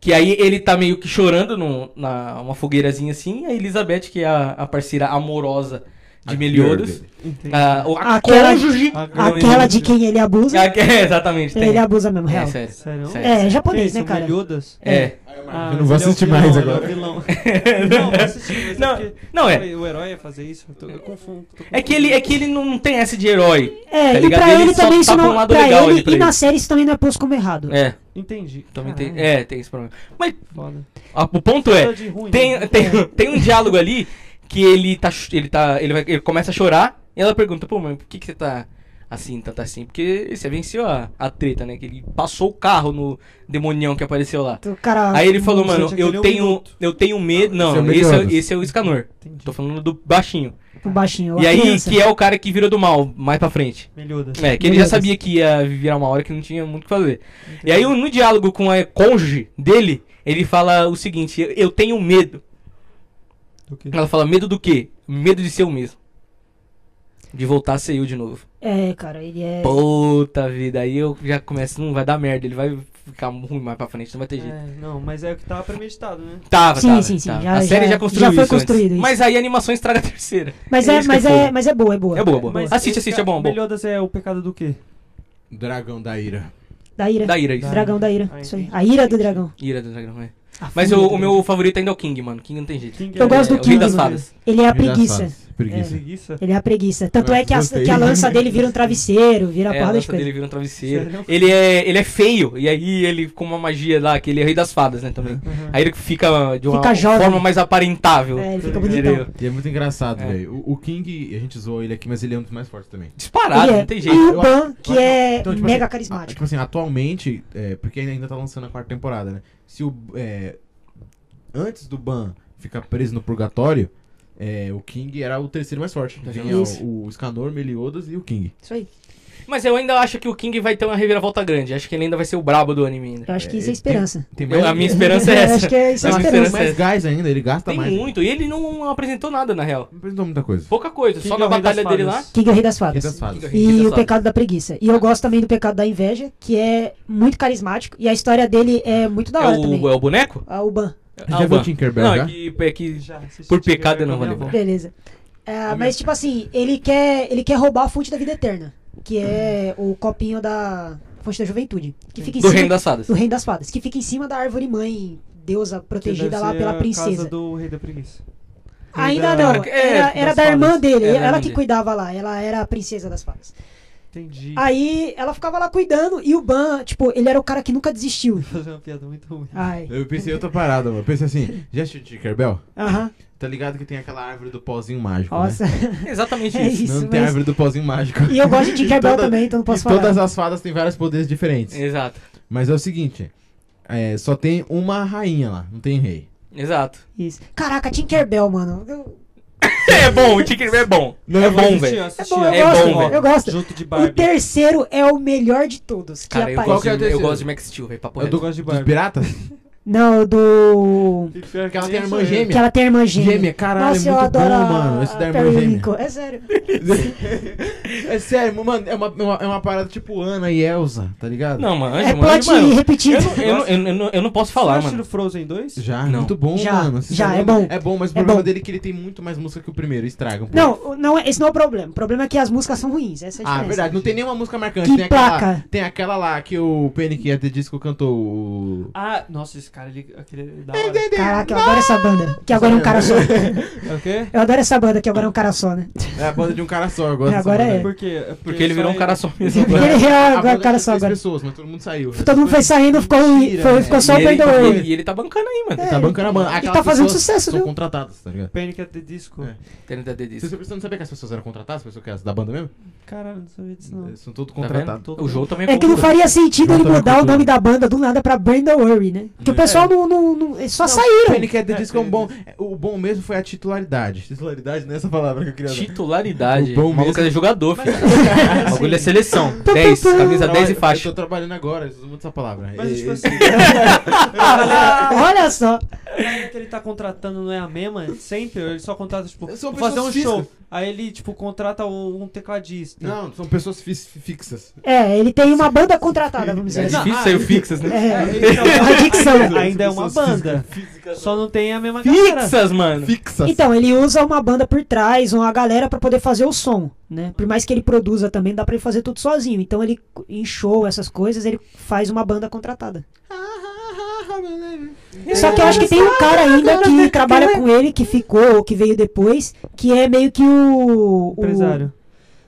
Que aí ele tá meio que chorando num- na uma fogueirazinha assim, a Elizabeth, que é a, a parceira amorosa de A Meliodas. girl dele. Entendi. A, o- a Aquela- cônjuge. a- Aquela de quem ele abusa. A- é, exatamente. tem. Ele abusa mesmo, É, real. sério. Sério? Sério, É, sério. japonês, Esse, né, o cara? Meliodas? É. Ah, Eu não vou ele é o assistir vilão, mais ele é o agora. vilão. não, vou assistir, mas Não, é porque- não é. Ué, O herói ia fazer isso? Eu, tô- eu confundo. tô É que ele, é que ele não tem essa de herói. É, tá e ligado? pra ele, só também tá isso pra não. um lado pra legal ele, ali pra e ele. na série isso também não é posto como errado. É, confundindo. Entendi. também Caralho, tem, é, tem esse problema. Mas Foda. a- o ponto é, Nada de ruim, tem, né? tem, tem um diálogo ali que ele tá. ch- Ele tá. Ele, vai, ele começa a chorar e ela pergunta, pô, mãe, por que, que você tá assim, tanto assim? Porque você venceu a, a treta, né? Que ele passou o carro no demonião que apareceu lá. O cara. Aí ele falou, Você mano, tinha que é ler eu um tenho. minuto. Eu tenho Ah, medo. Esse é o Não, esse é, Meliodas. esse é o Escanor. Entendi. Tô falando do baixinho. O baixinho. E a aí, criança. que é o cara que virou do mal, mais pra frente. Meliodas. É, que ele já Beleza. sabia que ia virar uma hora que não tinha muito o que fazer. E aí, no diálogo com a cônjuge dele, ele fala o seguinte: eu, eu tenho medo. Do quê? Ela fala, medo do quê? Medo de ser eu mesmo. De voltar a ser eu de novo. É, cara, ele é. Puta vida, aí eu já começo, não vai dar merda, ele vai ficar ruim mais pra frente, não vai ter jeito. É, não, mas é o que tava premeditado, né? Tava, Sim, tava, sim, sim, tava. já- a série já- já, construiu já foi isso antes. construído isso. Mas aí a animação estraga a terceira. Mas é, isso que mas foda. é, mas é boa, é boa. É boa, boa. Mas assiste, esse assiste, ca- é bom, bom. Melhor dessa é o pecado do quê? Dragão da Ira. Da ira. Da ira, é isso. é. Dragão da ira. Ah, Isso aí. entendi. A ira do dragão. Ira do dragão, é. A Mas fúria o, do o meu favorito ainda é o King, mano. King não tem jeito. King Eu é- gosto do é o King, rei das mano. fadas. dragão. Ele é a Vira preguiça. as fadas. Preguiça. Preguiça? Ele é a preguiça. Tanto é que a, Gostei. que a lança dele vira um travesseiro, vira É, a porrada de lança coisa. dele vira um travesseiro. Sério? Ele é, ele é feio, e aí ele, com uma magia lá, que ele é rei das fadas, né, também. Aí ele fica de uma Uhum. Fica jovem. forma mais aparentável. É, ele fica Entendeu? bonitão. E é muito engraçado, É. velho. O, o King, a gente zoou ele aqui, mas ele é um dos mais fortes também. Disparado, Ele é. não tem E jeito. o Ban, que é Então, tipo mega assim, Ah, carismático. Tipo assim, atualmente, é, porque ainda tá lançando a quarta temporada, né? Se o. é, antes do Ban ficar preso no purgatório, é, o King era o terceiro mais forte. Vinha Isso. o, o Escanor, Meliodas e o King. Isso aí. Mas eu ainda acho que o King vai ter uma reviravolta grande. Acho que ele ainda vai ser o brabo do anime ainda. Eu acho que É, isso é ele esperança. Tem Eu- a minha esperança é essa. Acho que é isso é Mas Mas a ele esperança. tem esperança é mais essa. gás ainda, ele gasta Tem mais. muito. E ele não apresentou nada, na real. Não apresentou muita coisa. Pouca coisa. King só é na o rei das batalha dele lá. fadas. King é o rei das Rei fadas. das Rei fadas. das E o fadas. pecado da preguiça. E eu gosto também do pecado da inveja, que é muito carismático. E a história dele é muito da É hora também. o, é o boneco? Ah, o Ban. Já viu Alban. o Tinkerbell? Não, já? é que, é que Já, assisti por King pecado eu Bear não com vou a é minha lembrar. avó. Beleza. Ah, mas, tipo assim, ele quer, ele quer roubar a fonte da vida eterna, que é o copinho da fonte da juventude. Que fica em Do cima, Reino das Fadas. do Reino das Fadas, que fica em cima da árvore mãe, deusa Que deve protegida lá ser pela a princesa. Casa do rei da preguiça. Ainda da- não, É, era, era das da irmã fadas. dele, É, da ela irmã que dele. cuidava lá, ela era a princesa das fadas. Entendi. Aí ela ficava lá cuidando e o Ban, tipo, ele era o cara que nunca desistiu. Fazer uma piada muito ruim. Ai. Eu pensei em outra parada, mano. Eu pensei assim, já assistiu Tinkerbell? Aham. Tá ligado que tem aquela árvore do pozinho mágico, né? Nossa. Exatamente É isso. isso. não tem mas- árvore do pozinho mágico. E eu gosto de Tinkerbell E toda- também, então não posso e falar. todas as fadas têm vários poderes diferentes. Exato. Mas é o seguinte, é, só tem uma rainha lá, não tem rei. Exato. Isso. Caraca, Tinkerbell, mano. Eu- É bom, o Tinkerbell é bom. Não, é eu vou bom, Assisti, velho. assisti, É bom, eu ó. gosto, velho. Eu gosto. Junto de O Barbie. terceiro é o melhor de todos. Que Cara, eu aparece. Qual gosto, que é o de, eu terceiro? gosto de Max Steel, rei papo É reto. do, Eu gosto de dos Barbie. piratas? Não, do. E pior que Ela nem tem a irmã sou eu. gêmea. Que ela tem a irmã gêmea. Gêmea, caralho, é Nossa, eu muito adoro bom, a- mano, esse da a irmã Perry gêmea. Lincoln. É sério. é sério, mano, é uma, é, uma, é uma parada tipo Ana e Elsa, tá ligado? Não, mano, É anjo, mano, plot anjo, mano. repetido. Eu não, eu, não, eu, não- eu não, eu não posso falar, Você assistiu mano. Frozen 2? Já, Não. muito bom, Já, mano. Esse já, é segundo- bom. É bom, mas o É problema bom. dele é que ele tem muito mais música que o primeiro, estraga um pouco. Não, não é, esse não é o problema. O problema é que as músicas são ruins. Essa é a Ah, diferença. verdade, não tem nenhuma música marcante. Que tem, aquela, placa. tem aquela lá que o Panic at the Disco cantou. o- Ah, nossa, esse cara, ele, aquele ele é da hora. Caraca, eu adoro essa banda. Que agora é um cara só. É o quê? Eu adoro essa banda, que agora é um cara só, né? É a banda de um cara só, eu gosto É, dessa agora banda. É. Por quê? É Porque ele só virou um cara só mesmo. Ele agora. é A agora banda um cara tinha só três agora. pessoas, mas todo mundo saiu. né? Todo mundo foi saindo, ficou, um- Mentira, foi, né? ficou só e, o ele, Brandon e Wayne. ele- e ele tá bancando aí, mano. É. Tá bancando a banda. E Aquelas tá fazendo pessoas sucesso, são viu? contratadas, tá ligado? Panic at the Disco. É. Tem nada Se disso. você precisa saber que as pessoas eram contratadas, as pessoas que eram da banda mesmo? Caralho, não sabia disso não. Eles São todos Tá contratados. vendo? O jogo também é É que não cultura. faria sentido ele Volta na mudar o cultura. nome da banda do nada pra Brandon Worry, né? É. Porque o pessoal não, não, não- eles Só saíram. Panic at the Disco é um bom. O bom mesmo foi a titularidade. Titularidade não é essa palavra que eu queria dar. Titularidade. O O bom maluco mesmo. é jogador, filho. O bagulho é seleção. 10, camisa 10 e faixa. Eu tô trabalhando agora, eu uso muito essa palavra. É, Mas, E- tipo É. e- assim, Ah, né? Olha só. a galera que ele tá contratando não é a mesma sempre? Ele só contrata, tipo, São vou fazer um pessoas físicas. show. Aí ele, tipo, contrata um um tecladista. Não, são pessoas fi- fixas. É, ele tem uma banda contratada, vamos É dizer assim. difícil sair o fixas, né? É, Então, a dicção. ainda é uma Pessoas banda. Só né? não tem a mesma galera. Fixas, mano. Fixas. Então, ele usa uma banda por trás, uma galera pra poder fazer o som, né? Por mais que ele produza também, dá pra ele fazer tudo sozinho. Então, ele em show, essas coisas, ele faz uma banda contratada. Só que eu acho que tem um cara ainda que trabalha com ele, que ficou, ou que veio depois, que é meio que o... o- Empresário.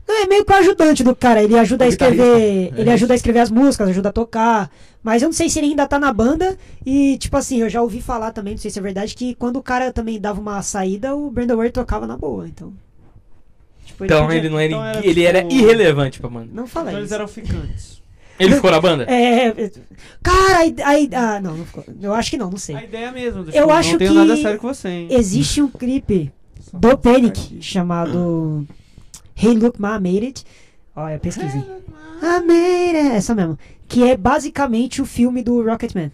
Não, é meio que o ajudante do cara. Ele ajuda a O guitarrista. escrever. É Ele ajuda a escrever as músicas, ajuda a tocar. Mas eu não sei se ele ainda tá na banda. E, tipo assim, eu já ouvi falar também, não sei se é verdade, que quando o cara também dava uma saída, o Brandon Ware tocava na boa, então. Tipo, Então podia- ele não era. Então era Ele era tipo- irrelevante pra mano. Não fala Então eles isso. eram ficantes. Ele ficou na banda? É, é, Cara, aí. aí- ah, não, não ficou. Eu acho que não, não A sei. ideia é mesmo. do Eu tipo, acho não tenho que- nada sério com você, hein? Existe um clipe Só do vou colocar Panic aqui. chamado Hey Look Ma I Made It. Olha, eu pesquisei. I made it, essa mesmo. Que é basicamente o filme do Rocketman.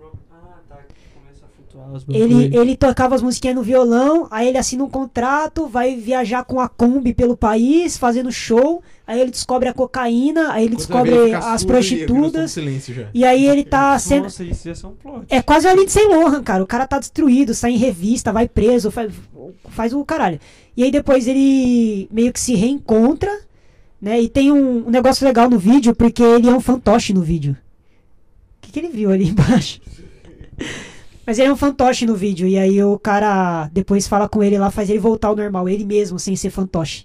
Ah, tá. Começa a flutuar. Os Ele, bagulho. ele tocava as musiquinhas no violão, aí ele assina um contrato, vai viajar com a Kombi pelo país, fazendo show, aí ele descobre a cocaína, aí ele descobre as um prostitutas, silêncio já. e aí ele tá sendo. Nossa, isso ia ser um plot. É quase o Lindsay Lohan, cara. O cara tá destruído, sai em revista, vai preso, faz, faz o caralho. E aí depois ele meio que se reencontra, né? E tem um, um negócio legal no vídeo, porque ele é um fantoche no vídeo. O que, que ele viu ali embaixo? Mas ele é um fantoche no vídeo. E aí o cara depois fala com ele lá, faz ele voltar ao normal, ele mesmo, sem ser fantoche.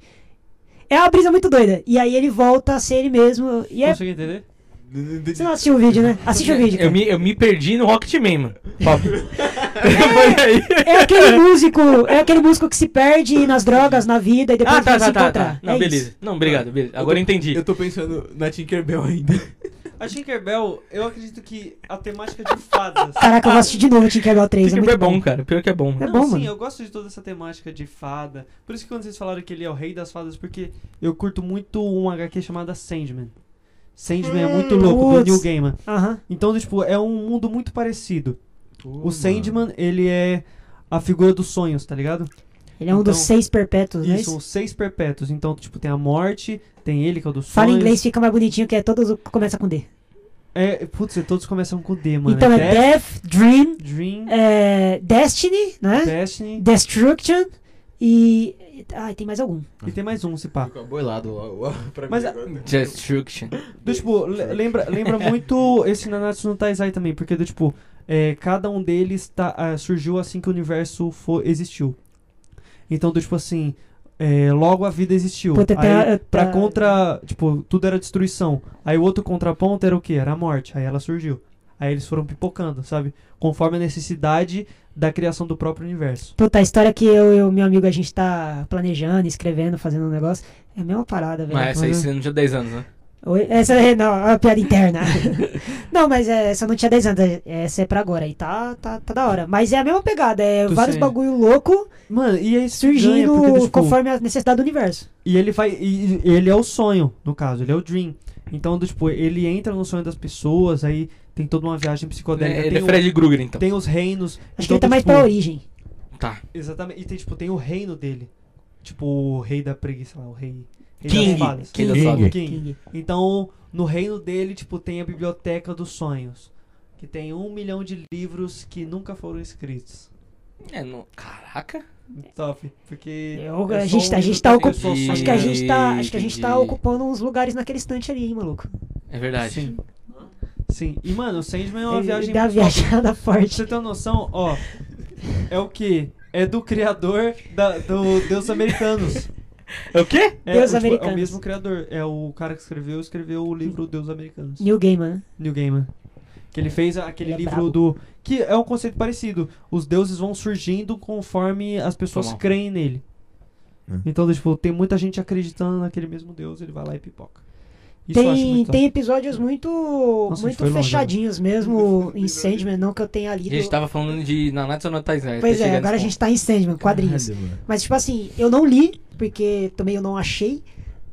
É uma brisa muito doida. E aí ele volta a ser ele mesmo. E é. Consegui entender? Você não assistiu o vídeo, né? Assiste o vídeo. Eu cara. me, eu me perdi no Rocketman, mano. Papo. Foi aí. É aquele músico, é aquele músico que se perde nas drogas, na vida e depois Ah, tá, vai se tá, tá, encontrar. tá. Não, É beleza. isso. Não, obrigado, beleza. Agora eu entendi. Eu tô pensando na Tinkerbell ainda. A Tinkerbell, eu acredito que a temática de fadas. Caraca, eu vou assistir de novo Tinkerbell 3, é Tinkerbell muito é bom, cara. Pior que é bom. É Não, bom, sim, mano. eu gosto de toda essa temática de fada. Por isso que quando vocês falaram que ele é o rei das fadas, porque eu curto muito um HQ chamada Sandman. Sandman é muito louco, do Hum, putz. New Gaiman. Aham. Então, tipo, é um mundo muito parecido. Hum, o Sandman, ele é a figura dos sonhos, tá ligado? Ele é um dos Então, seis perpétuos, né? Isso, são seis perpétuos. Então, tipo, tem a morte, tem ele, que é o dos Fala em sonhos. inglês, fica mais bonitinho, que é todos começa com D. É, putz, e todos começam com D, mano. então é Death, Dream, Dream, é, Destiny, né? Destiny. Destruction e. Ai, tem mais algum. E tem mais um, se pá. Ficou boilado ó, ó, pra Mas mim. a- ah, agora. Destruction. Do, tipo, le- lembra, lembra muito esse Nanatsu no Taizai também, porque do tipo, é, cada um deles tá, ah, surgiu assim que o universo fo- existiu. Então, do tipo assim, é, logo a vida existiu. Puta, tá- Aí, pra tá- contra, tipo, tudo era destruição. Aí o outro contraponto era o quê? Era a morte. Aí ela surgiu. Aí eles foram pipocando, sabe? Conforme a necessidade da criação do próprio universo. Puta, a história que eu e o meu amigo a gente tá planejando, escrevendo, fazendo um negócio, é a mesma parada, velho. Mas essa aí você não tinha 10 anos, né? Oi? Essa é, não, é uma piada interna. não, mas é, essa eu não tinha 10 anos, é- essa é pra agora. E tá, tá, tá da hora. Mas é a mesma pegada, é Tu vários sei. bagulho louco Mano, e aí isso ganha, surgindo porque, do, tipo, conforme a necessidade do universo. E ele vai. E, e ele é o sonho, no caso, ele é o Dream. Então, do, tipo, ele entra no sonho das pessoas, aí tem toda uma viagem psicodélica. Ele tem, é o- um- Fred Krueger, então. tem os reinos. Acho que então, ele tá do, mais tipo, pra origem. Tá. Exatamente. E tem, tipo, tem o reino dele. Tipo, o rei da preguiça lá, o rei. rei King. das fadas. King das King. fadas. King. Então, no reino dele, tipo, tem a biblioteca dos sonhos. Que tem um milhão de livros que nunca foram escritos. É, não. Caraca. Top. Porque. Eu- é a só gente um tá- a livro gente tá da- ocup- é só Acho Acho sonho. que a gente tá, acho que a gente tá Entendi. ocupando uns lugares naquele estante ali, hein, maluco. É verdade. Sim. Sim. E, mano, o Sandman é Ele- uma ele viagem. dá uma muito top. viajada Pra forte. você tá- ter uma noção, ó. É o que? É do criador da- do Deus Americanos. É o quê? É, Deus o, tipo, É Americanos. o mesmo criador. É o cara que escreveu, escreveu o livro Deus Americanos. New Game, né? New Gaiman. Que ele fez aquele Ele é livro brabo. do. Que é um conceito parecido. Os deuses vão surgindo conforme as pessoas Tá bom. creem nele. Então, tipo, tem muita gente acreditando naquele mesmo Deus, ele vai lá e pipoca. Isso eu acho Tem, muito tem episódios muito, Nossa, a gente muito foi longe, né? fechadinhos mesmo em Sandman, não que eu tenha A lido. tá- gente tava falando de Nanatsu no Taizai. Pois até é, chegar agora a nesse gente tá em Sandman, quadrinhos. Caralho, mano. Mas, tipo assim, eu não li, porque também eu não achei,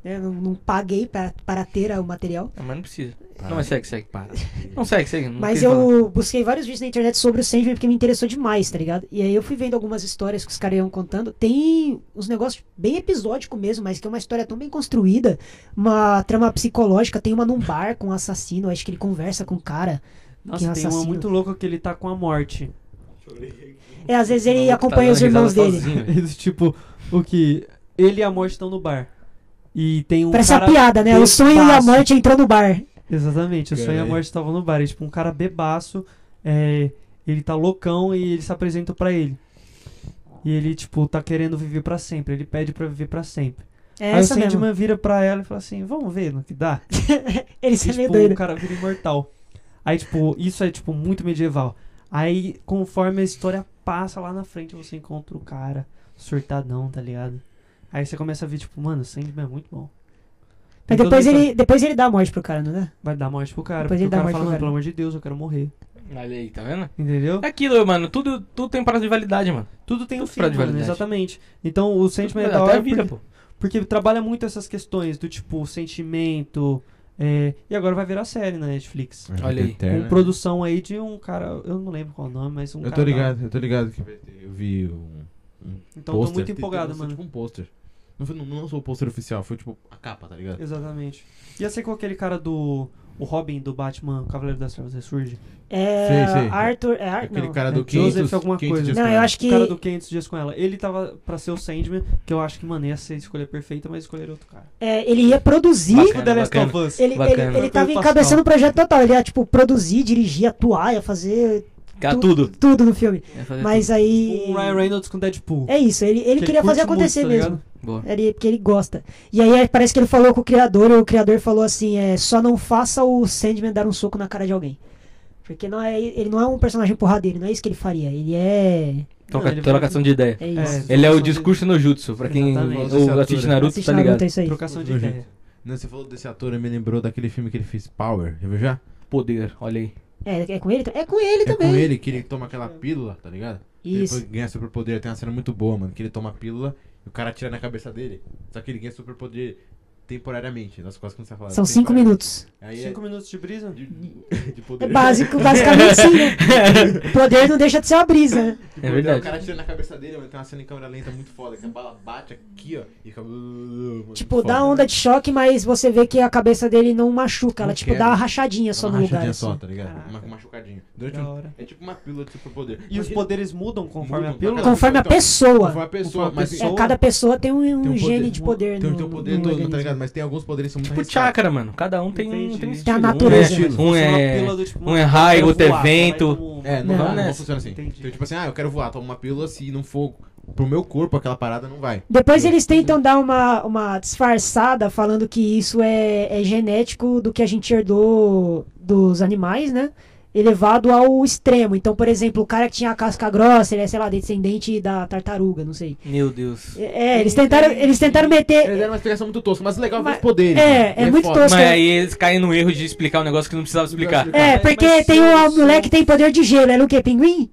né? Não, não paguei pra, para ter o material. ponto. Ah, mas não precisa. Não, mas segue, segue, para. Não segue, segue. não Mas quis falar. eu busquei vários vídeos na internet sobre o Sandman porque me interessou demais, tá ligado? E aí eu fui vendo algumas histórias que os caras iam contando. Tem uns negócios bem episódico mesmo, mas que é uma história tão bem construída. Uma trama psicológica, tem uma num bar com um assassino, acho que ele conversa com o cara. que é um Nossa, tem uma assassino. muito louca que ele tá com a morte. É, às vezes O ele maluco acompanha tá os dando irmãos risada dele. sozinho, velho. Eles, tipo, o que? Ele e a morte estão no bar. E tem um. Parece cara a piada, né? O sonho e a bebaço. morte entrou no bar. Exatamente, o sonho e a Caralho. morte estavam no bar. E, tipo, um cara bebaço, é, ele tá loucão e ele se apresenta pra ele. E ele, tipo, tá querendo viver pra sempre. Ele pede pra viver pra sempre. É Aí o essa mesmo. Sandman vira pra ela e fala assim: vamos ver no que dá. Ele E, é meio tipo, doido. o cara vira imortal. Aí, tipo, isso é, tipo, muito medieval. Aí, conforme a história passa lá na frente, você encontra o cara surtadão, tá ligado? Aí você começa a ver, tipo, mano, Sandman é muito bom. Tem Mas toda depois essa- ele, depois ele dá a morte pro cara, não é? Vai dar morte pro cara. Depois Porque ele o dá cara morte pro falando, cara. pelo amor de Deus, eu quero morrer. Olha aí, tá vendo? Entendeu? É aquilo, mano. Tudo, tudo tem prazo de validade, mano. Tudo tem um Tudo fim, pra de mano, validade. exatamente. Então, o Sandman é da Até hora a vida, porque, pô. porque trabalha muito essas questões do, tipo, sentimento, É, e agora vai virar série na Netflix. Olha aí. Com produção aí de um cara, eu não lembro qual o nome, mas um É, né? Eu tô cara da- ligado, eu tô ligado que vai ter. Eu vi um. um Então eu tô pôster. muito Tem- tem- empolgado, lançou, mano. Tipo um pôster. Não, foi, não lançou o pôster oficial, foi tipo a capa, tá ligado? Exatamente. Ia ser com aquele cara do. O Robin do Batman, Cavaleiro das Trevas Ressurge. É Sei, sei. Arthur. É Ar... Aquele não. cara é do Joseph 500, alguma 500 coisa. dias Não, com eu ela. acho que. O cara do 500 Dias com Ela. Ele tava pra ser o Sandman, que eu acho que, mano, ia ser a escolha perfeita, mas escolheram outro cara. é, ele ia produzir. Bacana, o The Last bacana. of Us. Ele, ele, Bacana. ele tava Arthur encabeçando o projeto total. Ele ia, tipo, produzir, dirigir, atuar, ia fazer Cara, tu- tudo. tudo no filme. Ia fazer Mas aí. É, Um Ryan Reynolds com Deadpool. É isso, ele, ele Que queria fazer curte acontecer muito, tá mesmo. tudo. Boa. Ele, porque ele gosta. E aí é, parece que ele falou com o criador, e o criador falou assim: é, só não faça o Sandman dar um soco na cara de alguém. Porque não é, ele não é um personagem porradeiro, não é isso que ele faria. Ele é. Não, Troca- ele vai- trocação de ideia. É É, isso. Ele é o trocação de- discurso no jutsu. Pra quem Exatamente. ou assiste Naruto, Assiste tá Naruto, ligado. é isso aí. Trocação de Uhum. ideia. Não, você falou desse ator, me lembrou daquele filme que ele fez, Power, já viu já? Poder, olha aí. É, é com ele? É com ele é também. com ele que ele toma aquela pílula, tá ligado? Isso. Ele ganha superpoder, tem uma cena muito boa, mano, que ele toma a pílula e o cara atira na cabeça dele. Só que ele ganha superpoder temporariamente, nas quase que você fala. São cinco temporariamente. minutos. Aí Cinco minutos de brisa? é de, de poder. É básico, basicamente sim. né? O poder não deixa de ser uma brisa, né? Tipo, um É verdade. O cara atira na cabeça dele, mano, tem uma cena em câmera lenta muito foda, que a bala bate aqui, ó, e fica... mano, Tipo, foda. né? dá onda de choque, mas você vê que a cabeça dele não machuca. Ela, Não tipo, quebra. dá uma rachadinha Dá só uma no lugar. rachadinha assim. só, tá ligado? Caraca. Uma machucadinha. Durante Da um... hora. É tipo uma pílula de superpoder. E os Mas- poderes mudam conforme Mudam a pílula? pra Conforme a Então, pessoa. Conforme a pessoa, Conforme a mas pessoa. É, cada pessoa tem um, um Tem um gene poder. de poder. Tem o no- teu poder no todo, organismo. tá ligado? Mas tem alguns poderes que são muito Tipo arriscados. chácara, mano. Cada um tem, tem um Entendi. Tem a estilo. É natureza. né? Um Só uma é, pílula um do tipo, é, um é eu raio, quero outro é voar, vai vento. como- É, não, Não. vai- não Nessa. funciona assim. Entendi. Então, tipo assim, ah, eu quero voar, toma uma pílula, se não for pro meu corpo aquela parada, não vai. Depois eles tentam dar uma, uma disfarçada falando que isso é, é genético do que a gente herdou dos animais, né? Elevado ao extremo. Então, por exemplo, o cara que tinha a casca grossa, ele é, sei lá, descendente da tartaruga, não sei. Meu Deus. É, é, eles tentaram, eles tentaram Eles meter. deram uma explicação muito tosca, mas legal ver Mas- os poderes. é, mano. é muito foda. tosco. Mas aí eles caem no erro de explicar um negócio que não precisava explicar. Ah, É, Mas- porque mas tem se um eu sou- moleque que tem poder de gelo, era o quê? Pinguim?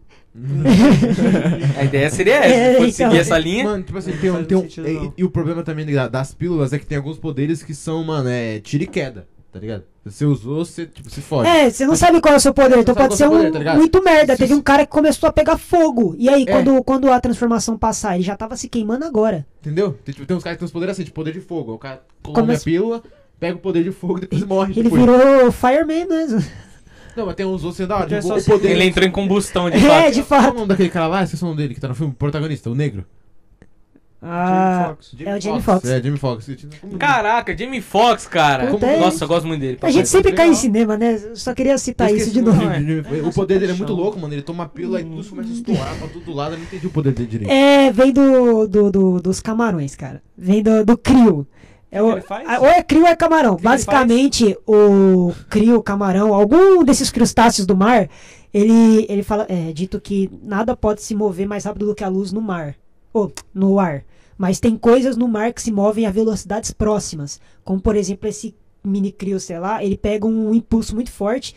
A ideia seria essa. É, Quando então. seguir essa linha. Mano, tipo assim, Não tem um. faz Tem um sentido, e, não. e o problema também da- das pílulas é que tem alguns poderes que são, mano, é tiro e queda, tá ligado? Você usou, você tipo, se fode. É, você não sabe qual é o seu poder, Você então não sabe pode ser qual é um o seu poder, tá ligado? muito merda. Se- Teve um cara que começou a pegar fogo. E aí, É. quando, quando a transformação passar, ele já tava se queimando agora. Entendeu? Tem, tipo, tem uns caras que tem uns poderes assim, de poder de fogo. O cara come Começa- a pílula, pega o poder de fogo e depois morre. assim? Ele depois. virou Fireman, né? Não, mas tem uns outros assim, da hora. Então é Tipo, só o se- poder. Ele entrou em combustão de É, fato. de Qual é o fato. nome daquele cara lá? Esqueci o nome dele que tá no filme, o protagonista, o negro. Jamie Ah, Foxx. É o Jamie Foxx. Foxx. É, Jamie Foxx. Como- Caraca, Jamie Foxx, cara. tipo- Puta, é. Nossa, eu gosto muito dele. a gente papai. sempre cai em legal. cinema, né? Eu Só queria citar Eu isso esqueci de o nome novo. dele, Jamie- O poder dele é muito paixão. louco, mano. Ele toma a pílula e tudo começa a estourar pra todo lado. Eu não entendi o poder dele direito. É, vem do, do, do- dos camarões, cara. Vem do, do crio. É o, ele faz? a- ou é crio ou é camarão. que ele Basicamente, o crio, camarão, algum desses crustáceos do mar, ele, ele fala, é dito que nada pode se mover mais rápido do que a luz no mar. Ou no ar. Mas tem coisas no mar que se movem a velocidades próximas. Como, por exemplo, esse mini crio, sei lá, ele pega um impulso muito forte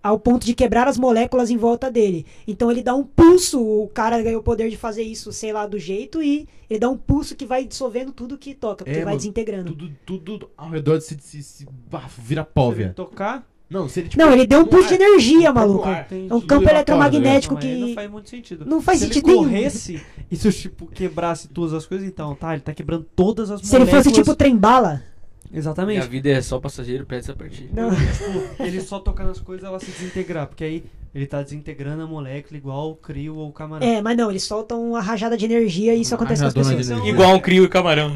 ao ponto de quebrar as moléculas em volta dele. Então ele dá um pulso, o cara ganha o poder de fazer isso, sei lá, do jeito, e ele dá um pulso que vai dissolvendo tudo que toca, porque É, vai mano, desintegrando. Tudo, tudo ao redor de se, se, se bah, vira pó, Se ele velho. tocar, Não, tipo, se ele tipo, Não, ele deu um no pulso de ar, energia, no próprio maluco. ar. tem É um Tudo campo levatório, eletromagnético Não, aí não que. faz muito sentido. Não faz Se sentido ele nenhum. corresse e se, tipo, quebrasse todas as coisas, então, tá, ele tá quebrando todas as Se ele moléculas. fosse tipo trem-bala. Minha Exatamente. vida é só passageiro, perde essa partida. Não. Tipo, ele só toca nas coisas ela se desintegrar, porque aí ele tá desintegrando a molécula igual o Crio ou o Camarão. É, mas não, eles soltam uma rajada de energia e isso Uma acontece com as rajadona pessoas. de energia. Igual um crio e camarão.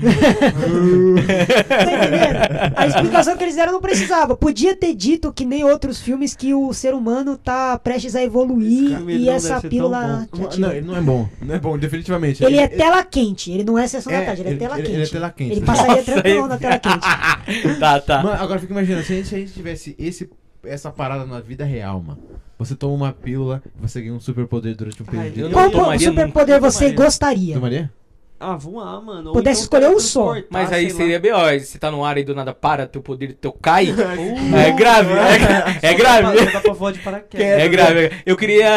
Tá entendendo? A explicação que eles deram não precisava. Podia ter dito que nem outros filmes que o ser humano tá prestes a Esse evoluir filme e não essa deve ser tão pílula. Uma- ativa. Não, ele não é bom. Não é bom, definitivamente. Ele é tela quente, ele não é sessão da tarde, ele é ele- tela ele- quente. ele é tela quente, Ele né? passaria Nossa, tranquilo aí- na tela quente. tá, tá. Mano, agora fica imaginando, se a gente, se a gente tivesse esse, essa parada na vida real, mano. Você toma uma pílula e você ganha um superpoder durante um período. de eu tempo. não Qual po- tomaria superpoder nunca, você tomaria. gostaria? Tomaria? Ah, voar, mano. Ou Pudesse então escolher um só. transportar, Mas aí sei seria lá. B.O. Se tá no ar e do nada para, teu poder teu cai. Uh, é grave, é, é só dá pra- grave. só dá pra voar de paraquedas. É grave. Eu queria.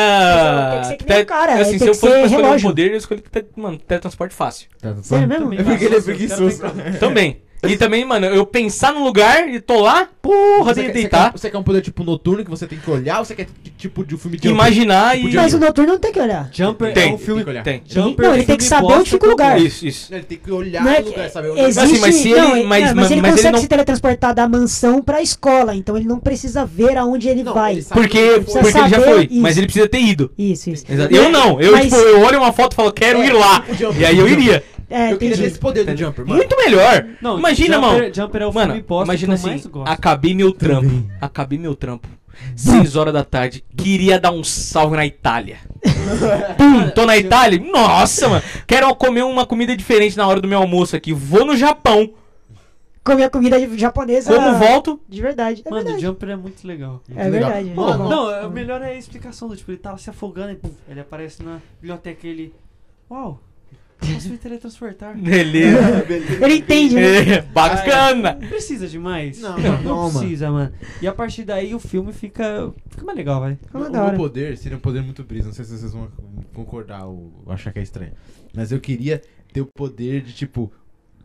Tem que ser que nem Te- o cara, é, assim, tem se que eu fosse ser pra escolher um relógio. poder, eu escolhi, te- mano, teletransporte fácil. Tá, tá, Sério tá. mesmo? É porque ele é Nossa, eu quero preguiçoso. ver- Também. E também, mano, eu pensar num lugar e tô lá, porra, tá? Você é tem que quer, você, quer, deitar, um- você quer um poder tipo noturno que você tem que olhar ou você quer t- tipo de um filme de imaginar e. Mas o Noturno não tem que olhar. Jumper Tem, é um tem filme. que olhar. Tem. Jumper Não, é um ele tem que filme saber bosta onde fica o tipo que eu- lugar. Isso, isso. Né, Ele tem que olhar Não é no que- lugar, saber onde existe, Assim, mas se ele- não, é- mas- não, mas- ele mas ele consegue não- se teletransportar da mansão pra escola, então ele não precisa ver aonde ele Não, vai. ele sabe Porque, onde Precisa foi. porque ele já saber foi, isso. mas ele precisa ter ido. Isso, isso. Exato. E Eu é- não, eu, mas- tipo, eu olho uma foto e falo, quero É, ir lá. o Jumper, E aí eu o Jumper. iria. É, Eu queria ter entendi. esse poder do Jumper, mano. Muito melhor. Não, imagina, Jumper- mano. Jumper é o mano, filme bosta imagina que eu assim, mais gosto. acabei meu trampo. Acabei meu trampo. 6 horas da tarde, queria dar um salve na Itália. Pum, tô na Itália. Nossa, mano. Quero comer uma comida diferente na hora do meu almoço aqui. Vou no Japão. Comer a comida de- japonesa. Ah. Como volto? De verdade. É Mano, verdade. Jumper é muito legal. É verdade. Pô, Mano, Não, o melhor é a explicação do tipo, ele tava se afogando e pum, ele aparece na biblioteca e ele. Uau! Posso me teletransportar? Beleza. Ele entende, né? É, Bacana. Precisa demais? Não, não, não, precisa, mano. E a partir daí o filme fica. Fica mais legal, vai. Como O da meu hora. poder seria um poder muito brisa. Não sei se vocês vão concordar ou achar que é estranho. Mas eu queria ter o poder de, tipo,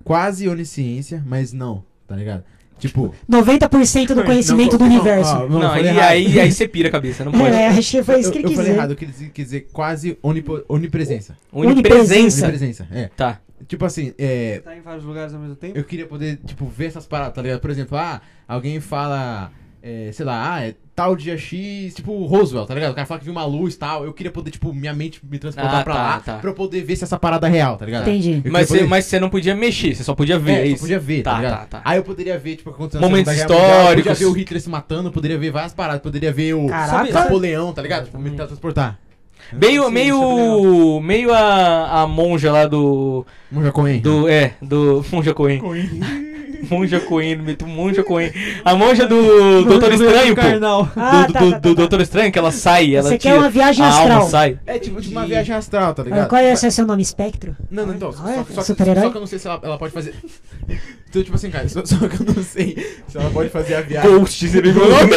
quase onisciência, mas não, tá ligado? Tipo. 90% do conhecimento não, do não, universo. ah, Não, eu falei e errado. aí, aí você pira a cabeça, não pode. É, achei foi isso que eu, ele eu quis falei errado, dizer. eu quis dizer, quis dizer quase onipo- onipresença. Onipresença. Onipresença. Onipresença, é. Tá. Tipo assim, é, Tá em vários lugares ao mesmo tempo. eu queria poder, tipo, ver essas paradas, tá ligado? Por exemplo, ah, alguém fala, é, sei lá, ah, é tal dia X, tipo Roswell, tá ligado? O cara fala que viu uma luz e tal. Eu queria poder, tipo, minha mente me transportar Ah, pra tá, lá tá. pra eu poder ver se essa parada é real, tá ligado? Entendi. Mas Eu queria você, poder- mas você não podia mexer, você só podia ver. É, é só isso. podia ver, tá, Tá, ligado? tá, tá. Aí eu poderia ver, tipo, acontecendo Momentos Eu podia históricos. ver o Hitler se matando, eu poderia ver várias paradas, poderia ver o Caraca. Napoleão, tá ligado? Tipo, me transportar. Meio, Sim, isso é meio, meio a, a monja lá do, Monja Coen. do, é, do monja Coen. monja Coen, meto monja Coen. A monja do Doutor Estranho, pô. Carnal. Ah, do, tá, tá, do, tá, do tá. Doutor Estranho, que ela sai, ela Você quer tira, uma viagem a astral. alma sai. É tipo de uma viagem astral, tá Ah, ligado? Qual é o seu nome? Spectro? Não, não, então. Ah, Só, é? só- só- Super-herói? só que eu não sei se ela, ela pode fazer. Então, tipo assim, cara, só, só que eu não sei se ela pode fazer a viagem. Ghost, você viu o nome?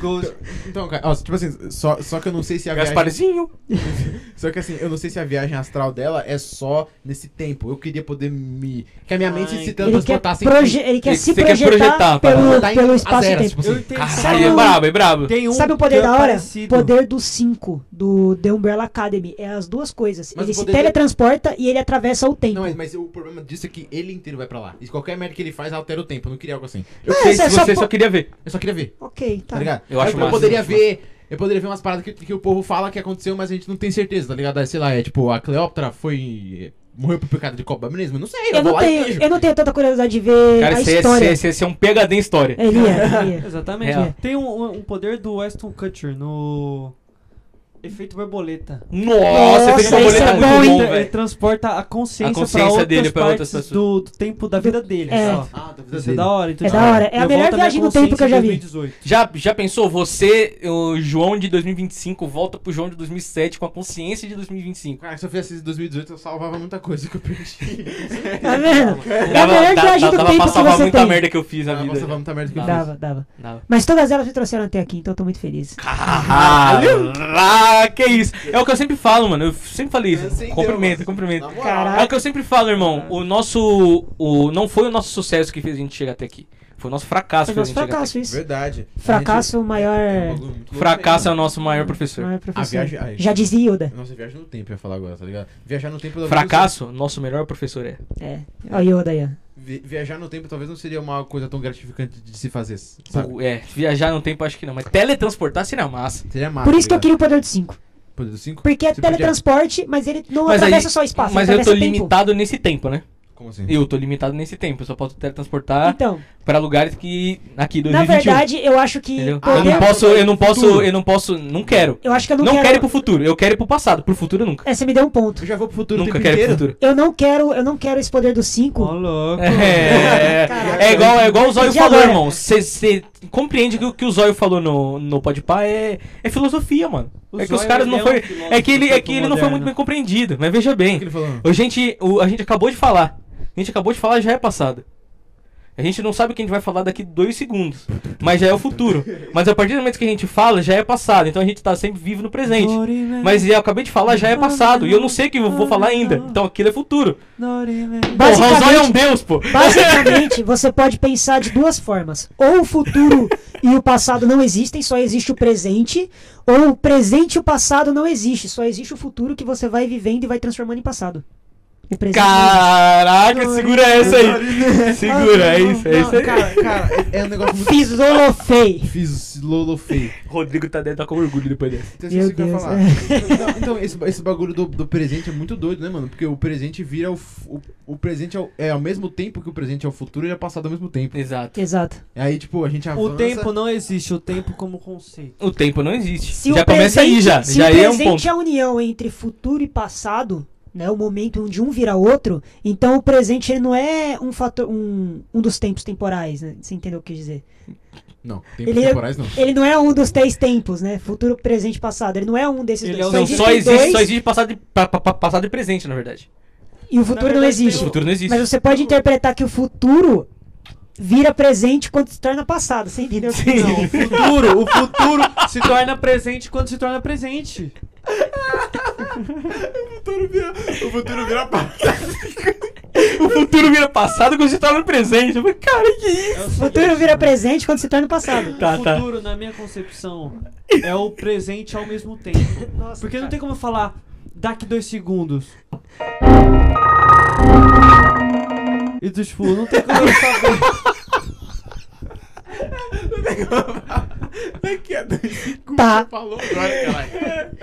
Ghost. Então, cara, ó, tipo assim, só, só que eu não sei se a viagem. Gasparzinho. Só que assim, eu não sei se a viagem astral dela é só nesse tempo. Eu queria poder me. Que a minha mente Ai, se Ele quer, transportasse proje- ele quer Ele- se você quer projetar, projetar, pra pelo, rodar tá em pelo a zero, espaço-tempo. tipo assim. Tá Caralho, é brabo, é brabo. Tem um Sabe o que poder é da hora? parecido. Poder dos cinco do The Umbrella Academy. É as duas coisas. Mas ele o se poder dele- teletransporta e ele atravessa o tempo. Não, mas, mas o problema disso é que ele inteiro vai pra lá. E qualquer merda que ele faz altera o tempo. Eu não queria algo assim. Eu, É, Sei você se só você po- só queria ver. eu só queria ver, Ok, tá. tá ligado? Eu acho eu, massa, poderia eu acho ver. Eu poderia ver umas paradas que, que o povo fala que aconteceu, mas a gente não tem certeza, tá ligado? Aí, Sei lá, é tipo, a Cleópatra foi. morreu por pecado de cobra mesmo? Eu não sei, eu, Eu vou não, lá e tenho, vejo. eu não tenho tanta curiosidade de ver Cara, a você é, história. você é- você é- você é um PHD em história. Ele é, ele é. Exatamente. Real. Tem um, um poder do Aston Kutcher no. Efeito borboleta. Nossa, Nossa, esse borboleta isso é é muito bom, bom, ele, ele velho. transporta a consciência, A pra consciência outras dele pra outras partes pessoas. do, do tempo da vida dele. É. só. Ah, tá Isso é da hora. Então, É da hora. É a levanta melhor minha viagem no tempo que eu já vi. consciência em 2018. Já, já pensou, você, o João de 2025, volta pro João de 2007 com a consciência de 2025. Cara, se eu fizesse isso em 2018, eu salvava muita coisa que eu perdi. Tá vendo? É a Dava, melhor dá- viagem dá- do dava tempo pra que salvar você muita tem. merda que eu fiz na Ah, vida. nossa, vamos tá merda que eu Dava. fiz. Dava, dava. Dava. Mas todas elas me trouxeram até aqui, então eu tô muito feliz. Caraca, Ah, que isso. É o que eu sempre falo, mano. Eu sempre falei Eu sei isso. inteiro, Cumprimento, mano. cumprimento. Na moral. Caraca. É o que eu sempre falo, irmão. O nosso. O, não foi o nosso sucesso que fez a gente chegar até aqui. Foi o nosso fracasso Foi que fez a nosso gente chegar até fracasso isso. Verdade. é Fracasso um maior- aqui. né? Fracasso é o nosso maior professor. Maior professor. viagem- ai. é Já dizia Yoda. Nossa, viagem no tempo, eu ia falar agora, tá ligado? Viajar no tempo talvez não Fracasso, nosso melhor professor é. É. Olha o Yoda aí. ó. se- vi- Viajar no tempo talvez não seria uma coisa tão gratificante de se fazer, sabe? Pô, É, viajar no tempo acho que não, mas teletransportar seria massa. Seria massa. Por isso que eu tá queria ligado? o poder dos cinco. Poder dos cinco? Porque é Você podia- teletransporte, mas ele não Mas aí- atravessa só espaço. Mas ele eu tô atravessa tempo. limitado nesse tempo, né? Como Uhum. assim? Eu tô limitado nesse tempo. Eu só posso teletransportar Então, pra lugares que. Aqui, 2021. na verdade, eu acho que entendeu? poder- eu não posso, eu não posso, Futuro. eu não posso, não quero. Eu acho que eu não, Não quero. quero ir pro futuro, eu quero ir pro passado. Pro futuro eu nunca. É, você me deu um ponto. Eu já vou pro futuro Nunca quero ir pro futuro. Eu não quero, eu não quero esse poder dos cinco. Ó, louco. É, Caraca. é igual, é igual o Zóio E falou, agora? irmão. Você compreende que o que o Zóio falou no, no Podpah é, é filosofia, mano. O é que os Zóio, caras não ele é um foi. filósofo É que ele, do é tempo que ele não foi moderno. muito bem compreendido. Mas veja bem. O que ele falou? A gente, o- a gente acabou de falar. A gente acabou de falar já é passado. A gente não sabe o que a gente vai falar daqui dois segundos, mas já é o futuro. Mas a partir do momento que a gente fala, já é passado. Então a gente tá sempre vivo no presente. Mas eu acabei de falar, já é passado. E eu não sei o que eu vou falar ainda. Então aquilo é futuro. Pô, o Basicamente- Raul é um deus, pô. Basicamente, você pode pensar de duas formas. Ou o futuro e o passado não existem, só existe o presente. Ou o presente e o passado não existe, só existe o futuro que você vai vivendo e vai transformando em passado. O presente não existe. Caraca, segura essa aí. Segura, é isso, é isso aí. Cara, cara, é, é um negócio muito. Fisolofei. Fiz lolo feio. Rodrigo tá deve tá com orgulho depois dessa. Então, Meu isso que eu ia Deus, é. falar. Não, então, esse, esse bagulho do, do presente é muito doido, né, mano? Porque o presente vira o. f- O, o presente é, o- é ao mesmo tempo que o presente é o futuro, ele é passado ao mesmo tempo. Exato. Exato. Aí, tipo, a gente avança. O tempo não existe, o tempo como conceito. O tempo não existe. Se já o começa aí presente- já. Se Já o é um presente ponto. é a união entre futuro e passado, né, o momento onde um vira outro, então o presente ele não é um fator, um, um dos tempos temporais, né? Você entendeu o que eu quis dizer? Não, tempos Ele é- temporais não. Ele não é um dos três tempos, né? Futuro, presente, e passado. Ele não é um desses Ele dois. é o- Não, só existem existe, dois só existe passado, e- pa- pa- pa- passado e presente, na verdade. E o futuro Na verdade, não O existe. futuro não existe. Mas você pode interpretar que o futuro vira presente quando se torna passado. Você entendeu? Não, o futuro, o futuro se torna presente quando se torna presente. O futuro vira passado. O futuro vira passado quando se torna presente. Eu falei, cara, que isso? O futuro vira presente quando se torna passado. Tá, o tá. futuro, na minha concepção, é o presente ao mesmo tempo. Nossa, Porque não tem como eu falar daqui dois segundos. E tu, tipo, não tem como eu saber. Tá. Falou agora,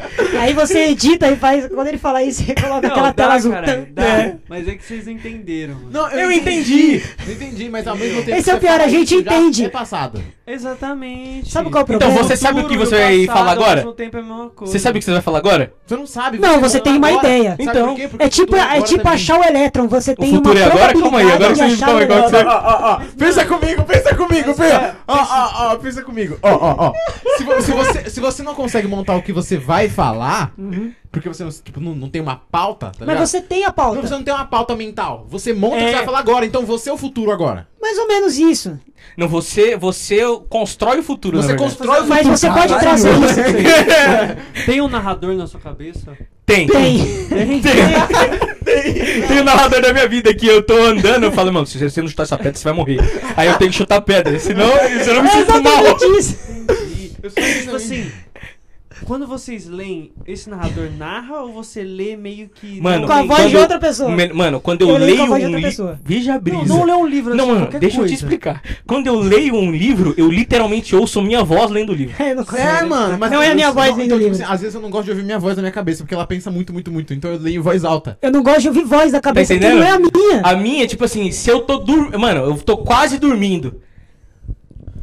caralho. Aí você edita e faz. Quando ele fala isso, você coloca Não, aquela tela dá, azul. caralho, dá. É. Mas é que vocês entenderam, mano. Não, Eu entendi. Eu entendi, mas ao mesmo tempo. Esse é o que você pior, a fala gente isso, já entende. É passado. Exatamente. Sabe qual é o Então problema? você sabe o que futuro e você vai passado falar ao agora? mesmo tempo é a mesma coisa. Você sabe o que você vai falar agora? Você não sabe. é Não, você tem uma agora. ideia. Sabe Então, por quê? Porque É tipo, tudo é agora tá tipo também. achar o elétron. Você tem futuro uma é agora? probabilidade Calma aí, agora de achar vocês estão o igual que elétron. você- ó, ó, pensa comigo, pensa comigo, é. pensa. Ó, ó, ó, pensa comigo. Ó, ó, ó. Se, vo- se você, se você não consegue montar o que você vai falar, porque você não- tipo, não, não tem uma pauta, tá ligado? Uhum. Mas você tem a Não, você pauta. não tem uma pauta mental. Você monta o que É. você vai falar agora, então você é o futuro agora. Mais ou menos isso. Não, você, você constrói o futuro, na Você verdade. constrói o Mas futuro. você pode trazer isso. Tem um narrador na sua cabeça? Tem. Tem. Tem. Tem o narrador da minha vida que eu tô andando, eu falo, mano, se você não chutar essa pedra, você vai morrer. Aí eu tenho que chutar a pedra, senão eu não me É sinto mal. exatamente isso. Tipo assim, quando vocês leem, esse narrador narra ou você lê meio que. Mano, Com a voz quando de eu- outra pessoa. Me- Mano, quando eu, Eu leio leio com a voz de um outra livro. pessoa. Veja a brisa. Não, não lê um livro, Não, assim, mano, qualquer deixa eu te coisa. explicar. Quando eu leio um livro, eu literalmente ouço minha voz lendo o livro. Eu não consigo. É, mano, mas Não é a minha não- voz não- nem então, do tipo livro. assim, às vezes eu não gosto de ouvir minha voz na minha cabeça, porque ela pensa muito, muito, muito. Então eu leio em voz alta. Eu não gosto de ouvir voz da cabeça, que entendendo? não é a minha. A minha, tipo assim, se eu tô dormindo. Mano, eu tô quase dormindo.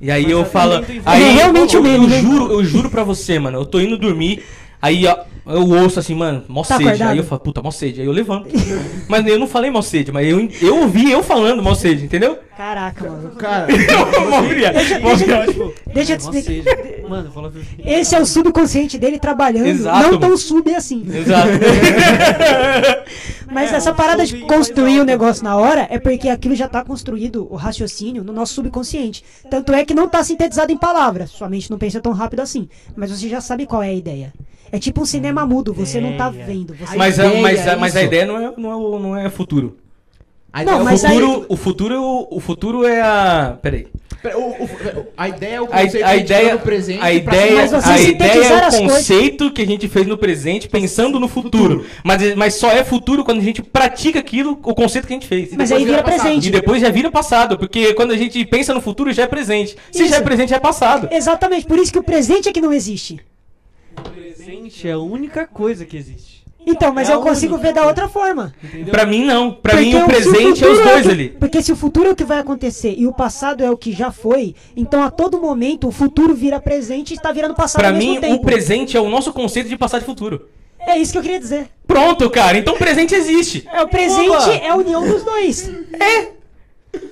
E aí eu tá falo. dormindo em voz Aí alta. É realmente eu, o mesmo, eu né? juro, eu juro pra você, mano. Eu tô indo dormir. Aí ó, eu ouço assim, mano, mó Tá sede. acordado? Aí eu falo, puta, mó sede. Aí eu levanto. mas eu não falei mó sede, mas eu, eu ouvi eu falando mó sede, entendeu? Caraca, mano. Cara, Mó brilhado, mó brilhado. Deixa eu te Nossa, explicar. seja. Mano, fala Esse é o subconsciente dele trabalhando, Exato, não tão mano. sub assim. Exato. Mas É, essa um parada sub de em construir voz o alta. negócio na hora é porque aquilo já tá construído, o raciocínio, no nosso subconsciente. Tanto é que não tá sintetizado em palavras. Sua mente não pensa tão rápido assim. Mas você já sabe qual é a ideia. É tipo um cinema mudo, você não tá vendo. Você Hum, Mas, a, ideia mas, a, é mas a isso. ideia não é, não é, o- não é futuro. a Não, ideia é o mas aí- futuro O futuro. O futuro é a. Peraí. Pera, o- o- a ideia é o A, conceito a que gente ideia. dá no presente A pra- ideia, é Mas você a sintetizar ideia é o as coisas- conceito que a gente fez no presente pensando no futuro. Mas, mas só é futuro quando a gente pratica aquilo, o conceito que a gente fez. Mas aí vira passado. E presente. depois já vira passado, porque quando a gente pensa no futuro já é presente. Se já é Isso. presente, já é passado. Exatamente, por isso que o presente é que não existe. Presente é a única coisa que existe. Então, mas É eu a consigo única ver da outra forma. Pra mim, não. Pra Porque mim, o se presente é os futuro dois o que- ali. Porque se o futuro é o que vai acontecer e o passado é o que já foi, então a todo momento o futuro vira presente e está virando passado Pra ao mesmo mim, o tempo. presente é o nosso conceito de passado e futuro. É isso que eu queria dizer. Pronto, cara. Então, presente existe. É, o presente é a união dos dois. É.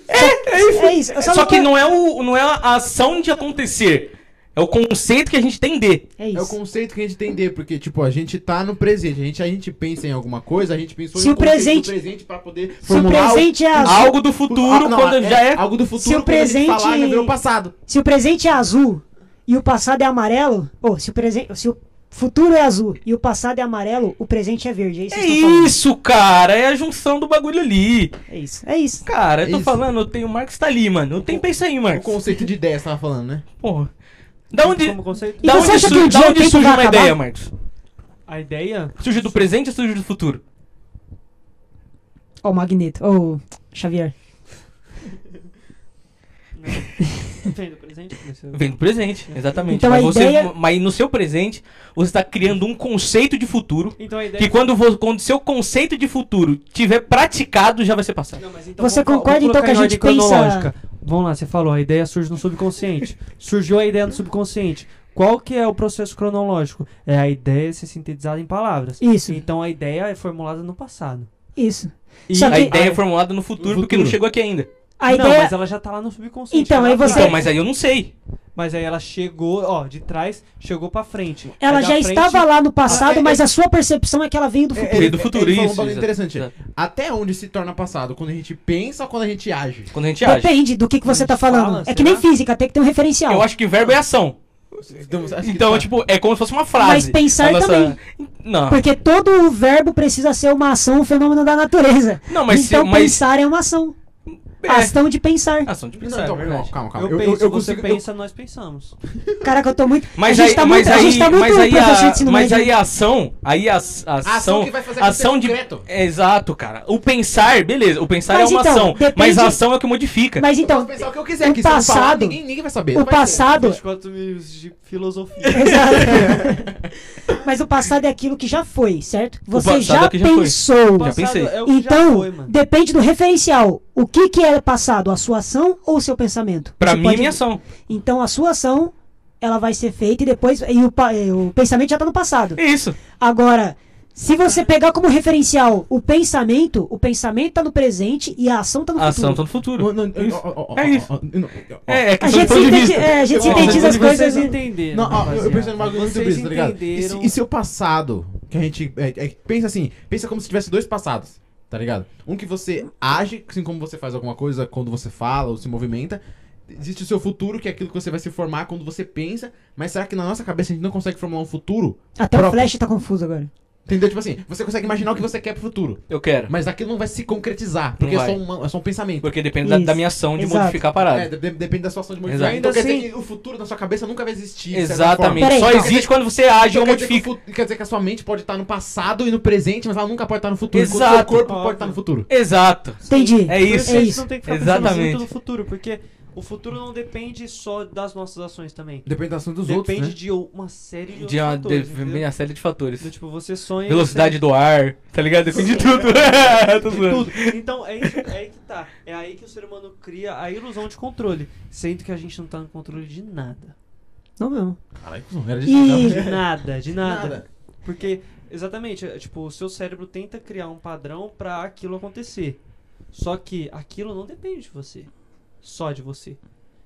É, é isso. Eu Só não que tô- não é, o, não é a ação de acontecer. É o conceito que a gente tem de. É É o isso. conceito que a gente tem de, porque, tipo, a gente tá no presente. A gente, a gente pensa em alguma coisa, a gente pensou Se em o presente- do presente pra poder Se o formular presente é azul, Algo do futuro, Ah, não, quando já é. Algo do futuro, Se o quando a gente presente- falar, já virou passado. se o presente é azul e o passado é amarelo, ou se o presente, se o futuro é azul e o passado é amarelo, o presente é verde. É isso. É que vocês estão falando. isso, cara. É a junção do bagulho ali. É isso. É isso. Cara, eu tô Isso. falando, eu tenho o Marx tá ali, mano. Eu tenho pensa aí, O Marx. conceito de ideia, você tava falando, né? Porra. Da onde, Como conceito? E da você onde, acha su- que um da dia o onde tempo surge vai uma acabar? ideia, Marcos? A ideia? Surge do presente ou surge do futuro? Ó, o Magneto. Ó, o Xavier. Vem do presente? Vem do presente, exatamente. Então mas, a você- ideia- mas no seu presente, você tá criando um conceito de futuro. Então a ideia. Que quando o seu conceito de futuro tiver praticado, já vai ser passado. Não, mas então Você vamos- concorda, vamos então, que a colocar em gente ordem pensa- cronológica. Vamos lá, você falou, a ideia surge no subconsciente. Surgiu a ideia no subconsciente. Qual que é o processo cronológico? É a ideia ser sintetizada em palavras. Isso. Então a ideia é formulada no passado. Isso. E Só a que- ideia é formulada no futuro, No porque não futuro. chegou aqui ainda. A não, ideia mas ela já tá lá no subconsciente. Então, ela aí tá você- lá. Então, mas aí eu não sei. Mas aí ela chegou, ó, de trás, chegou pra frente. ela Aí da já frente- estava lá no Ah, passado, é- mas a sua percepção é que ela veio do futuro. Veio do futuro, ele falou um isso, bagulho exato, interessante. exato. Até onde se torna passado? Quando a gente pensa ou quando a gente age? Quando a gente age. Depende do que, que você Mas tá falando. fala, é que nem será? física, tem que ter um referencial. Eu acho que verbo é ação. Então, acho que Então, tá- tipo, é como se fosse uma frase. Mas pensar A também. Não. Porque todo o verbo precisa ser uma ação, um fenômeno da natureza. Não, mas se- então mas- pensar é uma ação. É. Ação de pensar. Ação de Não, pensar, então, é verdade. calma, calma. Eu, penso, você consigo- eu- pensa, nós pensamos. Caraca, eu tô muito. Mas a aí, gente tá mas muito, a aí, gente tá muito mas aí, professor de a, ensino mas médio. aí a ação, aí a, a ação, que vai fazer ação acontecer de, concreto. é, exato, cara. O pensar, beleza. O pensar Mas é uma então, ação, mas depende- a ação é o que modifica. Mas Eu então, posso pensar o que eu quiser o aqui. se eu não falar, passado- ninguém, ninguém vai saber. o Vai ser. passado. 24 minutos de filosofia. Exato. mas o passado é aquilo que já foi, certo? Você passado é já o que já foi. pensou. Já pensei. É o que já Então, foi, mano. depende do referencial. O que, que é passado? A sua ação ou o seu pensamento? Pra Você mim, tipo, é pode- minha ação. Então, a sua ação, ela vai ser feita e depois. E o, pa- e o pensamento já tá no passado. É isso. Agora, se você pegar como referencial o pensamento, o pensamento tá no presente e a ação tá no A futuro. ação tá no futuro. Não, não, não, Isso. ó, ó, ó, É ó, isso. ó, ó, ó, ó. É, é A questão de gente, ponto de sinteti- vista. é, a gente Ó, sintetiza mas as coisas. Vocês e- entenderam. Não, ó, eu rapaziada. pensei num bagulho muito Vocês brilho, tá ligado? E se, entenderam. e se o passado, que a gente. é- é- pensa assim, pensa como se tivesse dois passados, tá ligado? Um que você age, assim como você faz alguma coisa quando você fala ou se movimenta. Existe o seu futuro, que é aquilo que você vai se formar quando você pensa, mas será que na nossa cabeça a gente não consegue formular um futuro? Até o próprio? Flash tá confuso agora. Entendeu? Tipo assim, você consegue imaginar o que você quer pro futuro, Eu quero. mas aquilo não vai se concretizar, Não porque é só, vai. uma- é só um pensamento. Porque depende da, Isso. da minha ação de Exato. modificar a É, parada. de- de- depende da sua ação de modificar. Exato. Então quer Ainda dizer que o futuro na sua cabeça nunca vai existir. de certa Exatamente. forma. Peraí, Só então. existe quando você age Então ou quer, dizer que o modifica. fu- quer dizer que a sua mente pode estar no passado e no presente, mas ela nunca pode estar no futuro. enquanto Exato. O seu corpo Óbvio. pode estar no futuro. Exato. Entendi. É isso. Por que a gente É isso. não tem que ficar pensando Exatamente. muito no futuro, porque o futuro não depende só das nossas ações também. Depende da ação dos depende outros, né? de uma série de, De uma, outros fatores, de- entendeu? uma série de Do fatores. tipo, você sonha... Velocidade né? do ar, tá ligado? Depende de tudo. Tô você... de zoando. tudo. Então, é, isso, é aí que tá. É aí que o ser humano cria a ilusão de controle. Sendo que a gente não tá no controle de nada. Não mesmo. Caralho, cuzão, era de- E De nada, de nada. Nada. Porque, exatamente, é, tipo, o seu cérebro tenta criar um padrão pra aquilo acontecer. Só que aquilo não depende de você. Só de você.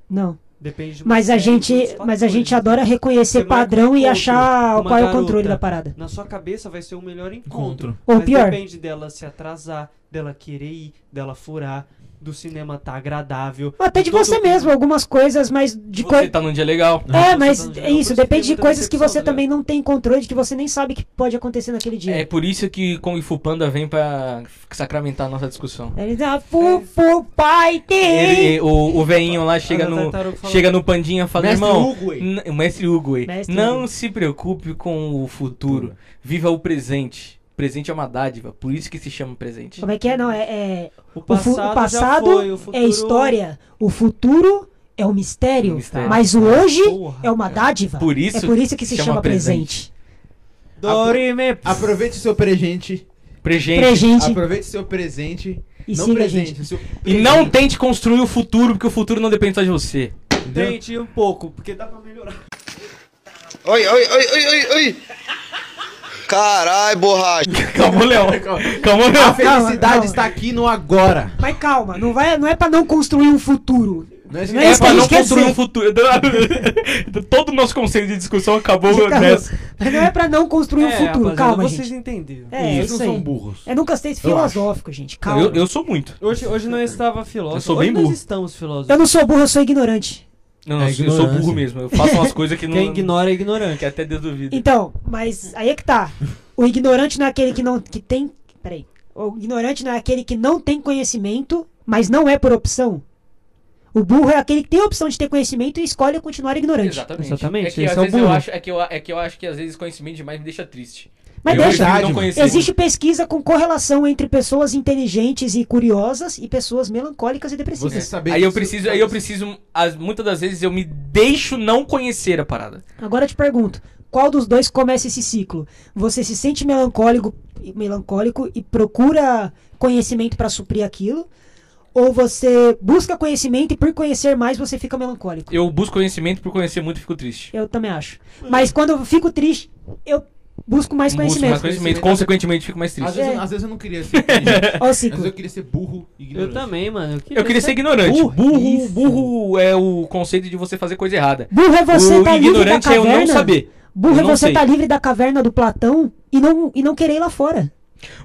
não. Depende de uma Mas a série de gente, outros mas a fatores, gente né? adora reconhecer Você marca padrão um e encontro, achar uma qual é o garota. controle da parada. Na sua cabeça vai ser o melhor encontro. Encontro. Ou mas pior. depende dela se atrasar, dela querer ir, dela furar, do cinema tá agradável. Até de todo você mundo- mesmo, algumas coisas, mas de Você coisa. tá num dia legal. É, Você mas tá no geral. é isso, Por isso que tem depende de muita coisas que decepção, você tá ligado? também não tem controle, de que você nem sabe que pode acontecer naquele dia. É por isso que Kung Fu Panda vem pra sacramentar a nossa discussão. É, Ele dá fufu pai tem. Ele, o, o veinho lá chega Ah, no, tá, tartaruga fala- chega no pandinha e fala, Mestre irmão, Hugo, hein?" n- o mestre Hugo, hein, Mestre não Hugo. se preocupe com o futuro, viva o presente. Presente é uma dádiva, por isso que se chama presente. Como é que é? Não, é. é- O o, fu- o passado, já passado foi, o futuro... é história, o futuro é um mistério, Mistério. mas o hoje Porra. é uma dádiva. Por isso é por isso que se chama, presente. Dorime. Aproveite o seu presente. Presente. Presente Aproveite o seu presente. e não siga a presente. gente. o seu E não tente construir o futuro, porque o futuro não depende só de você. Entendeu? Tente um pouco, porque dá pra melhorar. Oi, oi, oi, oi, oi, oi. Carai, borracha. Calma, Leão. Calma, A Leão. felicidade calma. está aqui no agora. Mas calma, não, vai, não é pra não construir um futuro. Não é, Não É isso pra que a não gente quer construir dizer. um futuro. Todo o nosso conceito de discussão acabou Acabou. nessa. Mas não é pra não construir um futuro, rapaziada, calma, vocês gente. entenderam. É, Eles isso não são aí. burros. É num conceito Eu acho. filosófico, gente. Calma. Eu, eu sou muito. Hoje, hoje não estava filósofo. Eu sou bem hoje burro. nós estamos filósofos. Eu não sou burro, eu sou ignorante. Não, É eu sou- eu sou ignorância. burro mesmo. Eu faço umas coisas que não. Quem ignora é ignorante. Que até Deus duvida. Então, mas aí é que tá. O ignorante não é aquele que não que tem, peraí. O ignorante não é aquele que não tem conhecimento, mas não é por opção. O burro é aquele que tem a opção de ter conhecimento e escolhe continuar ignorante. Exatamente. Exatamente, É que, esse às é o vezes eu burro. acho, é, que eu, é que eu acho que às vezes conhecimento demais me deixa triste. Mas deixa- eu prefiro Verdade, não mano. conhecer. Existe pesquisa com correlação entre pessoas inteligentes e curiosas e pessoas melancólicas e depressivas. Você saber Aí que eu você- preciso, aí eu preciso, as- muitas das vezes eu me deixo não conhecer a parada. Agora eu te pergunto, qual dos dois começa esse ciclo? Você se sente melancólico, melancólico e procura conhecimento para suprir aquilo? Ou você busca conhecimento e por conhecer mais você fica melancólico? Eu busco conhecimento por conhecer muito e fico triste. Eu também acho. Mas quando eu fico triste, eu busco mais Hum. Busco mais conhecimento. conhecimento, consequentemente fico mais Às triste. vezes, É. às vezes eu não queria ser inteligente. Olha o Às vezes eu ciclo. queria ser burro e Eu ignorante. também, mano. Eu queria, Eu queria ser ignorante. burro. Burro, Isso. burro é o conceito de você fazer coisa errada. Burro é você o tá livre da ignorante é eu caverna. não saber. Burro Eu é não você sei. tá livre da caverna do Platão e não, e não querer ir lá fora.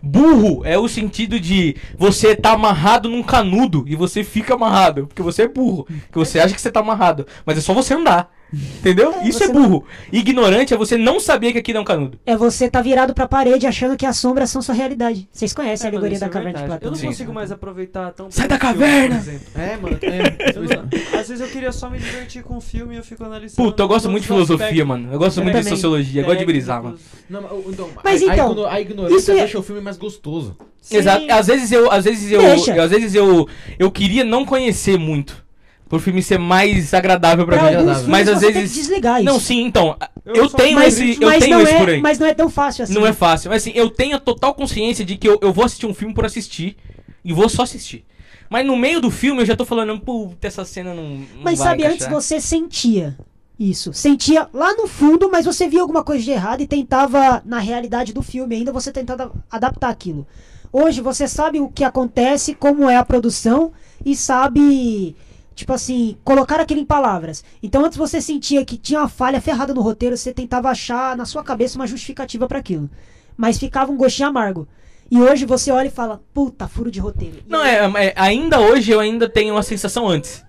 Burro é o sentido de você tá amarrado num canudo e você fica amarrado, porque você é burro, que você acha que você tá amarrado, mas é só você andar. Entendeu? Isso é você burro. Ignorante é você não saber que aquilo é um canudo. É você tá virado pra parede achando que as sombras são sua realidade. Vocês conhecem a É, mano, alegoria isso da é caverna de verdade. Platão. Eu não Sim. consigo mais aproveitar tão Sai bem da o filme, por caverna! exemplo. É, mano. É, Eu não- Às vezes eu queria só me divertir com o filme e eu fico analisando. Puta, eu gosto todos muito de os filosofia, aspectos mano. Eu gosto Eu muito de é. também. sociologia, gosto de brisar, mano. técnicos. Não, mas, então, Mas aí- aí então, quando a ignorância isso é- deixa o filme mais gostoso. Sim. Exato. Às vezes eu, às vezes eu, Deixa. eu- às vezes eu, eu queria não conhecer muito. Pro filme ser mais agradável pra, Pra mim. alguns mas filmes às você tem que vezes. desligar não, isso. sim, então. Eu, Eu sou tenho mas, esse, eu mas tenho não esse é, por aí. Mas não é tão fácil assim. Não é fácil. Mas assim, eu tenho a total consciência de que eu, eu vou assistir um filme por assistir. E vou só assistir. Mas no meio do filme eu já tô falando, puta, essa cena não. não Mas vai sabe, antes encaixar." você sentia isso. Sentia lá no fundo, mas você via alguma coisa de errado e tentava, na realidade do filme ainda, você tentava adaptar aquilo. Hoje você sabe o que acontece, como é a produção e sabe, tipo assim, colocar aquilo em palavras. Então antes você sentia que tinha uma falha ferrada no roteiro, você tentava achar na sua cabeça uma justificativa pra aquilo. Mas ficava um gostinho amargo. E hoje você olha e fala, puta, furo de roteiro. E Não, é, é- Ainda hoje eu ainda tenho uma sensação antes.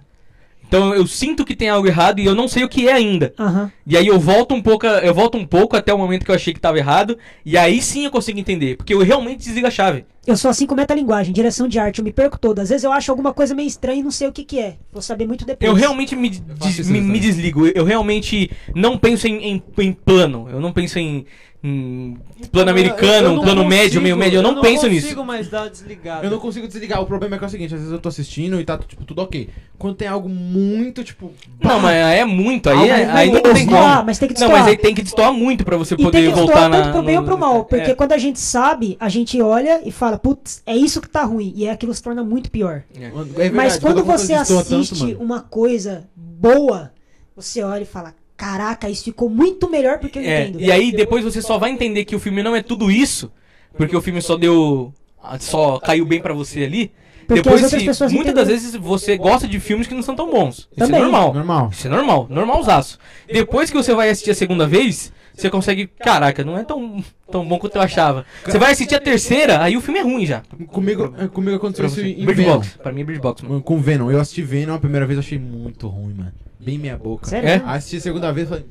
Então eu sinto que tem algo errado e eu não sei o que é ainda. Aham. E aí eu volto um pouco, eu volto um pouco até o momento que eu achei que tava errado, e aí sim eu consigo entender, porque eu realmente desligo a chave. Eu sou assim com metalinguagem, direção de arte, eu me perco todo. Às vezes eu acho alguma coisa meio estranha e não sei o que, que é. Vou saber muito depois. Eu realmente me, des- faço isso me, também. me desligo, eu realmente não penso em, em- em plano, eu não penso em, em Então, plano Eu- eu americano, não um plano médio, consigo, meio médio, eu não, penso Eu não nisso. consigo mais dar desligado. Eu não consigo desligar. O problema é que é o seguinte, às vezes eu tô assistindo e tá tipo, tudo ok. Quando tem algo muito, tipo. Não, mas é muito, aí, Ah, é- mas aí tem não que tem como. destoar, mas tem que não, mas destoar. aí tem que destoar muito pra você E poder tem que voltar estourar na... tanto pro bem ou pro mal. Porque É, quando a gente sabe, a gente olha e fala, putz, é isso que tá ruim. E é aquilo que se torna muito pior. É verdade, Mas quando alguma você coisa destoa tanto, assiste mano. uma coisa boa, você olha e fala, caraca, isso ficou muito melhor porque eu é, entendo. e aí depois você só vai entender que o filme não é tudo isso, porque o filme só deu... Só caiu bem pra você ali, porque Depois, as outras se- pessoas muitas das entenderam. vezes você gosta de filmes que não são tão bons. Isso Também. é normal. Normal. Isso é normal, normalzaço. Depois que você vai assistir a segunda vez, você consegue. Caraca, não é tão, tão bom quanto eu achava. Você vai assistir a terceira, aí o filme é ruim já. Comigo, é, comigo aconteceu Pra isso você. em Bird Venom. Box. Pra mim é Bird Box, mano. Mano, Com Venom. Eu assisti Venom a primeira vez, eu achei muito ruim, mano. Bem meia boca. Sério? né? É? Aí Assisti a segunda vez, falei.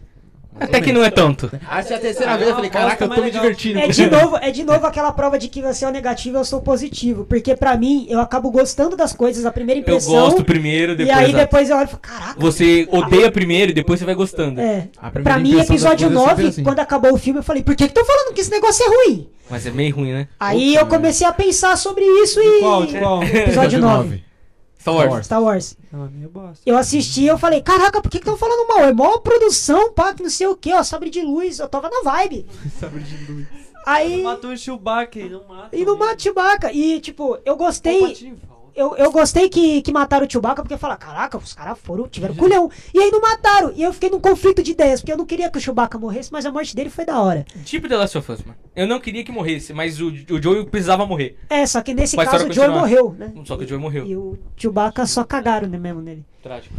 Até que não é tanto. Aí Assisti a terceira vez, eu falei, Ah, bosta, caraca, eu tô mas me legal. divertindo. É de novo, é de novo aquela prova de que você é o negativo e eu sou o positivo. Porque pra mim, eu acabo gostando das coisas, a primeira Eu impressão. gosto primeiro, e depois. aí a- depois eu olho e falo, caraca. Você odeia primeiro e depois você vai gostando. É. A primeira Pra mim, impressão das episódio coisas é sempre 9, assim. quando acabou o filme, eu falei, por que que estão falando que esse negócio é ruim? Mas é meio ruim, né? Aí eu comecei a pensar sobre isso e. Qual, de qual? Episódio 9. Star Wars. Star Wars. Não, a minha bosta. Eu assisti e eu falei, caraca, por que que estão falando mal? É mó produção, pá, que não sei o que, ó, sabre de luz. Eu tava na vibe. Aí. Matou o Chewbacca e não mata. E no mata. Mato Chewbacca. E, tipo, eu gostei. eu, eu gostei que, que mataram o Chewbacca, porque fala, caraca, os caras foram, tiveram culhão. E aí não mataram. E eu fiquei num conflito de ideias, porque eu não queria que o Chewbacca morresse, mas a morte dele foi da hora. Tipo The Last of Us, mano. Eu não queria que morresse, mas o, o Joey precisava morrer. É, só que nesse Mas a caso o história Joey continua. Hum, morreu, né? Só que o Joey morreu. E o Chewbacca só cagaram né, mesmo nele. Trágico.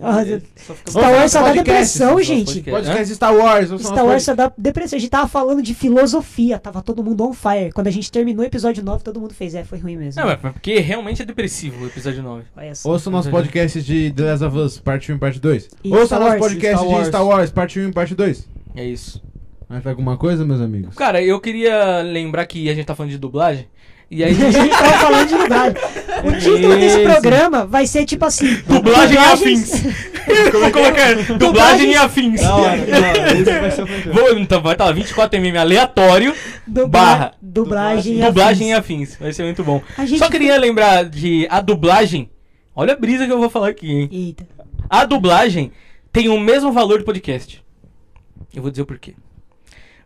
Ah, Só fica- Star Wars só dá Podcast, depressão, só gente. podcast. Podcast Star Wars. vamos falar Star Wars é só dá depressão. A gente tava falando de filosofia, tava todo mundo on fire. Quando a gente terminou o episódio 9, todo mundo fez, é, foi ruim mesmo. Não, mas porque realmente é depressivo o episódio 9. Olha só. Ouça o nosso podcast de The Last of Us, parte 1 e parte 2. E Ouça Star o nosso Wars, podcast Star Wars. de Star Wars, parte 1 e parte 2. É isso. Mas vai alguma coisa, meus amigos? Cara, eu queria lembrar que a gente tá falando de dublagem. E aí. A gente tava falando de dublagem. O título desse programa vai ser tipo assim: Dublagem e Dublagens- afins. Vou colocar é? dublagem e afins. Da hora, da hora. Esse vai ser o primeiro. Vou, então vai estar tá, 24mm aleatório, Dubla- barra. Dublagem e dublagem e afins. afins. Vai ser muito bom. A gente- Só queria lembrar de a dublagem. Olha a brisa que eu vou falar aqui, hein? Eita. A dublagem tem o mesmo valor do podcast. Eu vou dizer o porquê.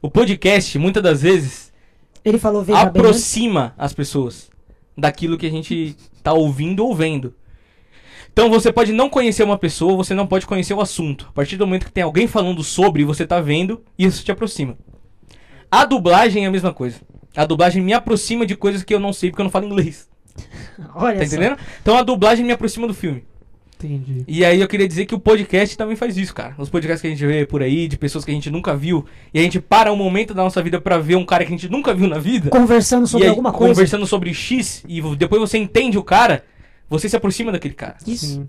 O podcast, muitas das vezes, Ele falou, veja bem. né? antes. aproxima as pessoas daquilo que a gente tá ouvindo ou vendo. Então você pode não conhecer uma pessoa, você não pode conhecer o assunto. A partir do momento que tem alguém falando sobre, você tá vendo, isso te aproxima. A dublagem é a mesma coisa. A dublagem me aproxima de coisas que eu não sei porque eu não falo inglês. Olha Tá só. entendendo? Então a dublagem me aproxima do filme. Entendi. E aí eu queria dizer que o podcast também faz isso, cara. Os podcasts que a gente vê por aí, de pessoas que a gente nunca viu, e a gente para um momento da nossa vida pra ver um cara que a gente nunca viu na vida Conversando sobre e aí, alguma coisa. conversando sobre X e vo- depois você entende o cara, você se aproxima daquele cara. Isso. Sim.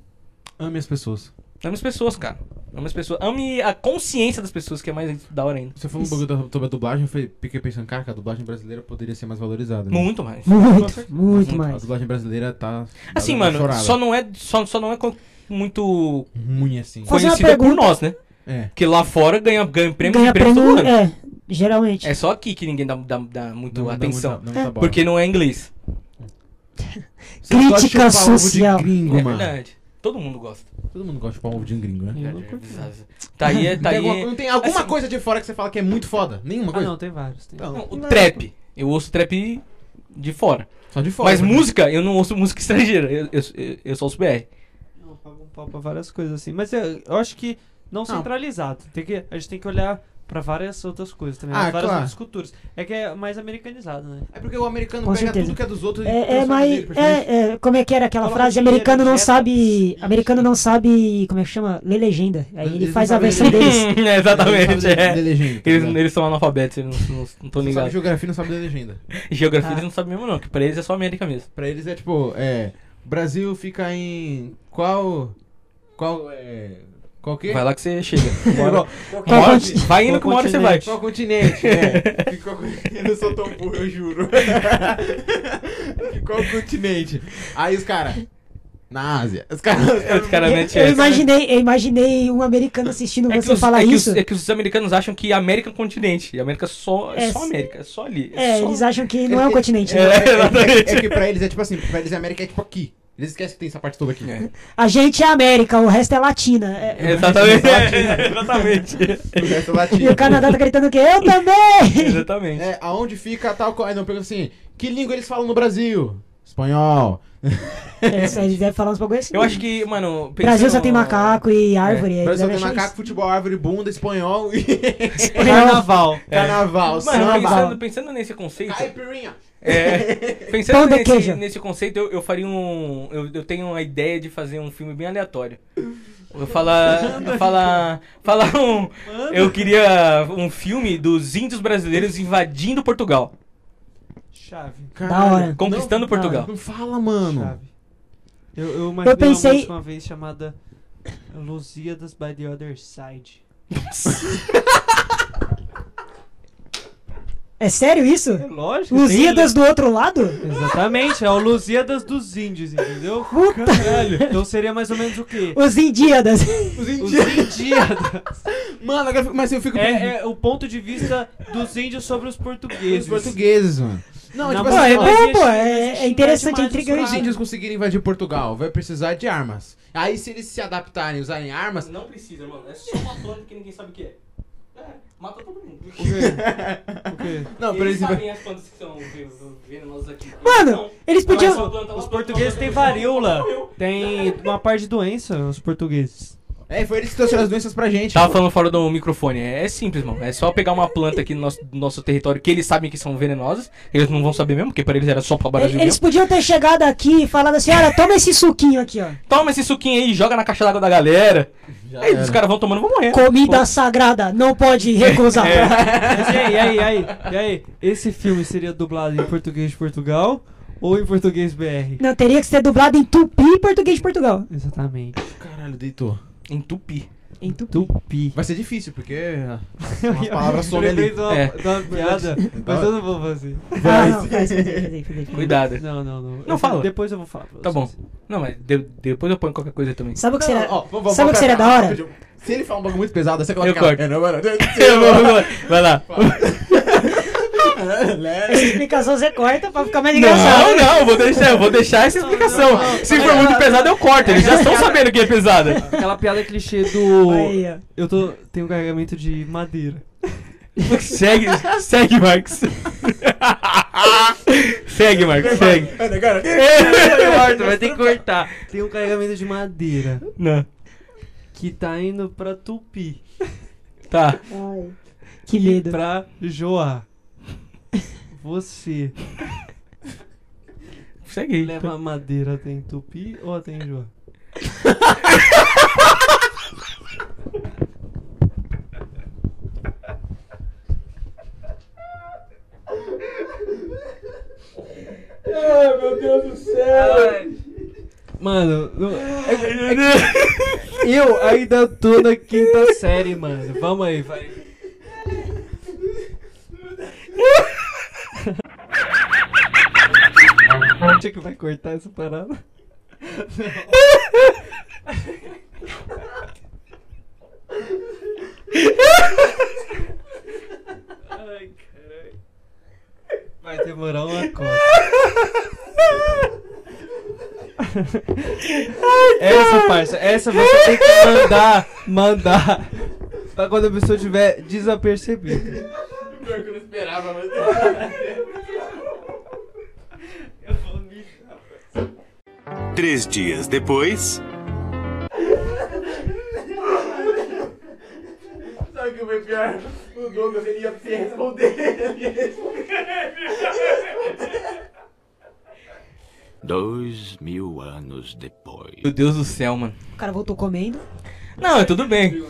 Ame as pessoas. Ame as pessoas, cara. Ame as pessoas. Ame a consciência das pessoas, que é mais da hora ainda. Você falou um pouco da- sobre a dublagem, eu falei- fiquei pensando, cara, que a dublagem brasileira poderia ser mais valorizada. né? Muito mais. Muito, muito A mais. dublagem brasileira tá. Assim, tá mano, chorada. só não é, só, só não é co- muito Ruim assim. Fazer uma conhecida por pergunta. nós, né? É. Porque lá fora ganha, ganha prêmio Ganha de prêmio todo prêmio, ano. é, geralmente. É. só aqui que ninguém dá, dá, dá muito não dá atenção. muita- não dá bola. porque não é inglês. Vocês gostam de Crítica chupar ovo social. De gringo, é mano. verdade. Todo mundo gosta. Todo mundo gosta de pau de gringo, né? Eu não curti. Tá aí, é- tá Tem aí. alguma, é- não tem alguma assim- coisa de fora que você fala que é muito foda? Nenhuma Ah, coisa? não, tem vários. Tem. Então, Não, o trap. Eu ouço trap de fora. só de fora. Mas né? música, eu não ouço música estrangeira. Eu, eu, eu só ouço BR. Não, paga um pau pra várias coisas assim. Mas eu, eu acho que não centralizado. Tem que, a gente tem que olhar pra várias outras coisas também. né? Ah, várias claro. outras culturas. É que é mais americanizado, né? É porque o americano Com pega certeza. tudo que é dos outros e É, é, transforma mas, nele, perfeito. é, é, como é que era aquela Coloca frase? dinheiro, Americano não injeta. sabe. Americano não sabe. Como é que chama? Ler legenda. Aí ele Eles faz não a sabem tá versão ler deles. É, Exatamente, Sabe ler é. legenda, tá Eles, ligado? eles são analfabetos, eles não, não, não tô Não sabe ligado. geografia, não sabe ler legenda. Ah. Geografia eles não sabem mesmo não, que pra eles é só América mesmo. Pra eles é tipo, é. Brasil fica em. Qual. Qual. É, qual que? Vai lá que você chega. Bora. Qual Qual, Bora. conti- Vai indo que uma hora você vai. qual continente? É. Que qual, continente? eu não sou tão burro, eu juro. Que qual continente? Aí os caras. Na Ásia. Os caras. Os Os caras metem Eu essa. né? imaginei, eu imaginei um americano assistindo É que, você os, falar é, que os, isso. é que os americanos acham que a América é um continente. E a América só é É, só se- América, é só ali. É, só... eles acham que não é um que- continente. É, né? é, é, exatamente. é que pra eles é tipo assim, pra eles a América é tipo aqui. Eles esquecem que tem essa parte toda aqui. É. A gente é América, o resto é latina. É- Exatamente. Exatamente. O resto E é o latino. Canadá tá gritando que eu também! Exatamente. É, aonde fica tal coisa. Não, pega assim, que língua eles falam no Brasil? Espanhol. É, isso aí, eles devem falar uns bagulho assim. Eu acho que, é mano. Brasil só pensando- tem macaco e árvore. aí Brasil deve tem achar macaco, futebol, árvore, bunda, espanhol e É Carnaval. carnaval. Mano, é samba. pensando, pensando nesse conceito. Caipirinha. É, Pão pensando de nesse, queijo. nesse conceito, eu, eu faria um. Eu, eu tenho a ideia de fazer um filme bem aleatório. Eu falar. eu falar. Falar um. Eu queria um filme dos índios brasileiros invadindo Portugal. Chave. Da hora. Conquistando Não, Portugal. Não fala, mano. Chave. Eu, eu imaginei eu pensei- pensei... uma vez chamada Lusíadas by the Other Side. É sério isso? É lógico. tem- Lusíadas do outro lado? Exatamente, é o Lusíadas dos Índios, entendeu? Puta. Caralho. Então seria mais ou menos o quê? Os Indíadas. Os Os índios. Indíadas. Mano, agora eu fico- mas eu fico pensando É, é o ponto de vista dos índios sobre os portugueses. nos portugueses, mano. Não, Na tipo Pô, assim, é ó, bom, pô. Mas É, isso é interessante, é demais, se os claro. intrigante. índios conseguirem invadir Portugal, vai precisar de armas. Aí se eles se adaptarem e usarem armas, Não precisa, mano. É só uma planta que ninguém sabe o que é. Mata todo mundo. O quê? O quê? Não, por Eles exemplo. sabem as plantas que são ve- ve- venenosas aqui. Então, Mano, eles Mas podiam. só planta tá lá, planta Os lá, portugueses planta têm lá. varíola. Morreu. Tem uma parte de doença, os portugueses. É, foi eles que trouxeram as doenças pra gente. Tá. Tava falando fora do microfone. É simples, mano. É só pegar uma planta aqui no nosso, do nosso território que eles sabem que são venenosas. Eles não vão saber mesmo, porque pra É, eles era só pra Brasil É, Eles mesmo. podiam ter chegado aqui e falado assim: olha, toma esse suquinho aqui, ó. Toma esse suquinho aí, joga na caixa d'água da galera. aí os era. caras vão tomando, vão morrer. Comida sagrada, não pode recusar. Mas e aí, e aí, e aí, e aí? Esse filme seria dublado em português de Portugal ou em português BR? Não, teria que ser dublado em tupi e português de Portugal. Exatamente. Caralho, deitou. Entupi. Em tupi. Tupi. Vai ser difícil, porque as palavras somem Eu lembrei ali. de uma, É. de uma piada, mas eu não vou fazer. Ah, não, faz, faz, faz, faz, faz, faz. Cuidado. Não, não, não. Não, Eu- fala. Depois eu vou falar pra Tá bom. vocês. Não, mas de- depois eu ponho qualquer coisa também. Sabe o que será? Ó, vamos- vamos Sabe o que seria colocar- da hora? rapidinho. Se ele falar um bagulho muito pesado, você coloca. Eu corto. É, não, mano. Vai lá. Essa explicação você corta pra ficar mais engraçado. né? Não, não, vou deixar, eu vou deixar essa explicação. Se for muito pesado, eu corto. Eles já estão sabendo que é pesado. Aquela piada clichê do. Aí, ó. Eu tô, tenho carregamento de madeira. Segue, segue, Marcos. segue, Marcos, segue. Corta, vai ter que cortar. Tenho um carregamento de madeira Não. que tá indo pra Tupi. Tá. Ai, que e medo. Pra Joá. Você Segue aí. leva a madeira até em Tupi ou até em Joá? Mano, não- eu ainda tô na quinta série, mano. Vamos aí, vai. Acha é que vai cortar essa parada? Ai, caralho. Vai demorar uma cota. Essa, parça, essa você tem que mandar, mandar. Pra quando a pessoa tiver desapercebida. Três dias depois. Sabe o que foi pior? O Douglas ele ia se responder. Ele ia Dois mil anos depois. Meu Deus do céu, mano. O cara voltou comendo. Não, é tudo bem.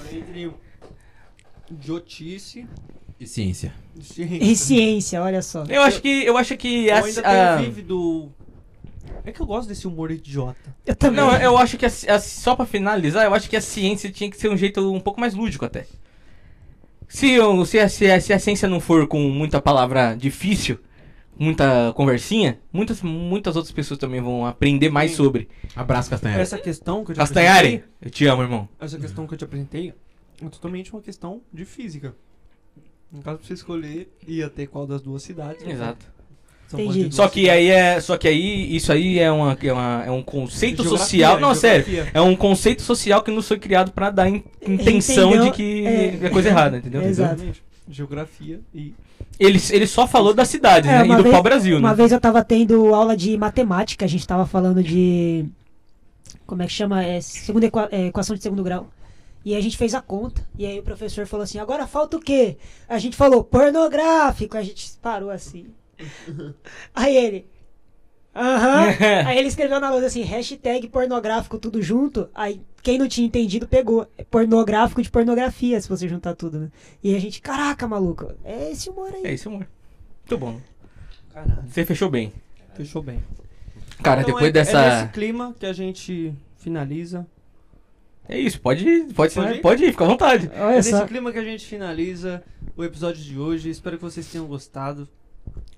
Idiotice. E ciência. Gente, E ciência, olha só. Eu acho que. Eu acho que. eu a- ainda é a- tenho vívido... É que eu gosto desse humor idiota. Eu também. Não, é eu acho que. a ci- a- só pra finalizar, eu acho que a ciência tinha que ser um jeito um pouco mais lúdico até. Se, o- se, a, se, a, se a ciência não for com muita palavra difícil, muita conversinha, muitas, muitas outras pessoas também vão aprender mais sobre. É. Abraço, Castanheira. Essa questão que eu te apresentei... Castanhari, eu te amo, irmão. Essa questão que eu te apresentei é totalmente uma questão de física. No caso, pra você escolher ia ter qual das duas cidades. né? Exato. São Entendi. mais de duas Só que cidades. aí é. Só que aí isso aí é, uma, é, uma- é um conceito Geografia, social. Não, geografia. sério. É um conceito social que nos foi criado pra dar in- intenção Entendeu? de que É. é, coisa errada, entendeu? É, exato. Exatamente. Geografia e. Ele, ele só falou das cidades, É, né? uma E do vez- pau-brasil, né? Uma vez eu tava tendo aula de matemática, a gente tava falando de. Como é que chama? É, segunda equa- é, equação de segundo grau. E a gente fez a conta. E aí o professor falou assim: agora falta o quê? A gente falou pornográfico. A gente parou assim. aí ele. Aham. aí ele escreveu na lousa assim: hashtag pornográfico tudo junto. Aí quem não tinha entendido pegou. É pornográfico de pornografia, se você juntar tudo, né? E aí a gente, caraca, maluco. É esse humor aí. É isso, amor. Muito bom. Caralho, Você fechou bem. fechou bem. Cara, Então depois é, dessa. É nesse clima que a gente finaliza. É isso, pode, pode, Pode pode, ir? ir? fica à vontade. Olha é só. nesse clima que a gente finaliza o episódio de hoje. Espero que vocês tenham gostado.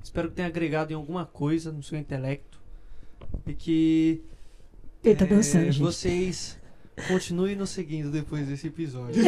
Espero que tenha agregado em alguma coisa no seu intelecto. E que Ele tá É, É, dançando, gente. Vocês Continue nos seguindo depois desse episódio.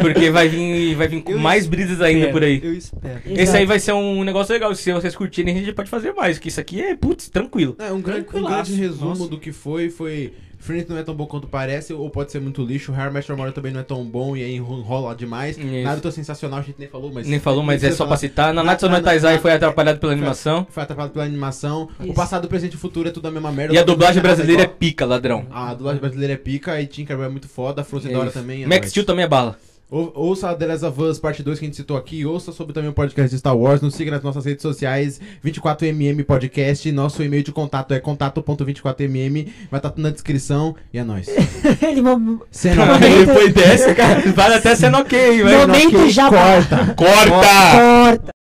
Porque vai vir, vai vir com Eu mais brisas ainda Espero, Tá por aí. Eu espero. Esse aí vai ser um negócio legal. Se vocês curtirem, a gente pode fazer mais. Que isso aqui é, putz, tranquilo. É, um grande, um Tranquilaço, grande resumo nossa. do que foi, foi... Friends não é tão bom quanto parece, ou pode ser muito lixo. Harry Match Your Mother também não é tão bom e aí enrola demais. Isso. Naruto é sensacional, a gente nem falou, mas... Nem falou, mas é Você só fala- pra citar. Nanatsu Na- no na- Taizai na- É. foi atrapalhado pela foi- animação. Foi atrapalhado pela animação. Isso. O passado, o presente e o futuro é tudo a mesma merda. E a Não tem dublagem nada brasileira é igual. pica, ladrão. A dublagem brasileira é pica, e Tinkerbell é muito foda, a Frozen É da hora isso. também. é Max nóis. Steel também é bala. Ou- Ouça a The Last of Us Parte 2 que a gente citou aqui, ouça sobre também o podcast de Star Wars, nos siga nas nossas redes sociais, 24mm Podcast, nosso e-mail de contato é contato.24mm, vai estar tudo na descrição, e é nóis. é Ele mom- Será? Momento- Depois dessa, cara, vale até sendo ok, velho. Momento já Corta! Corta! corta.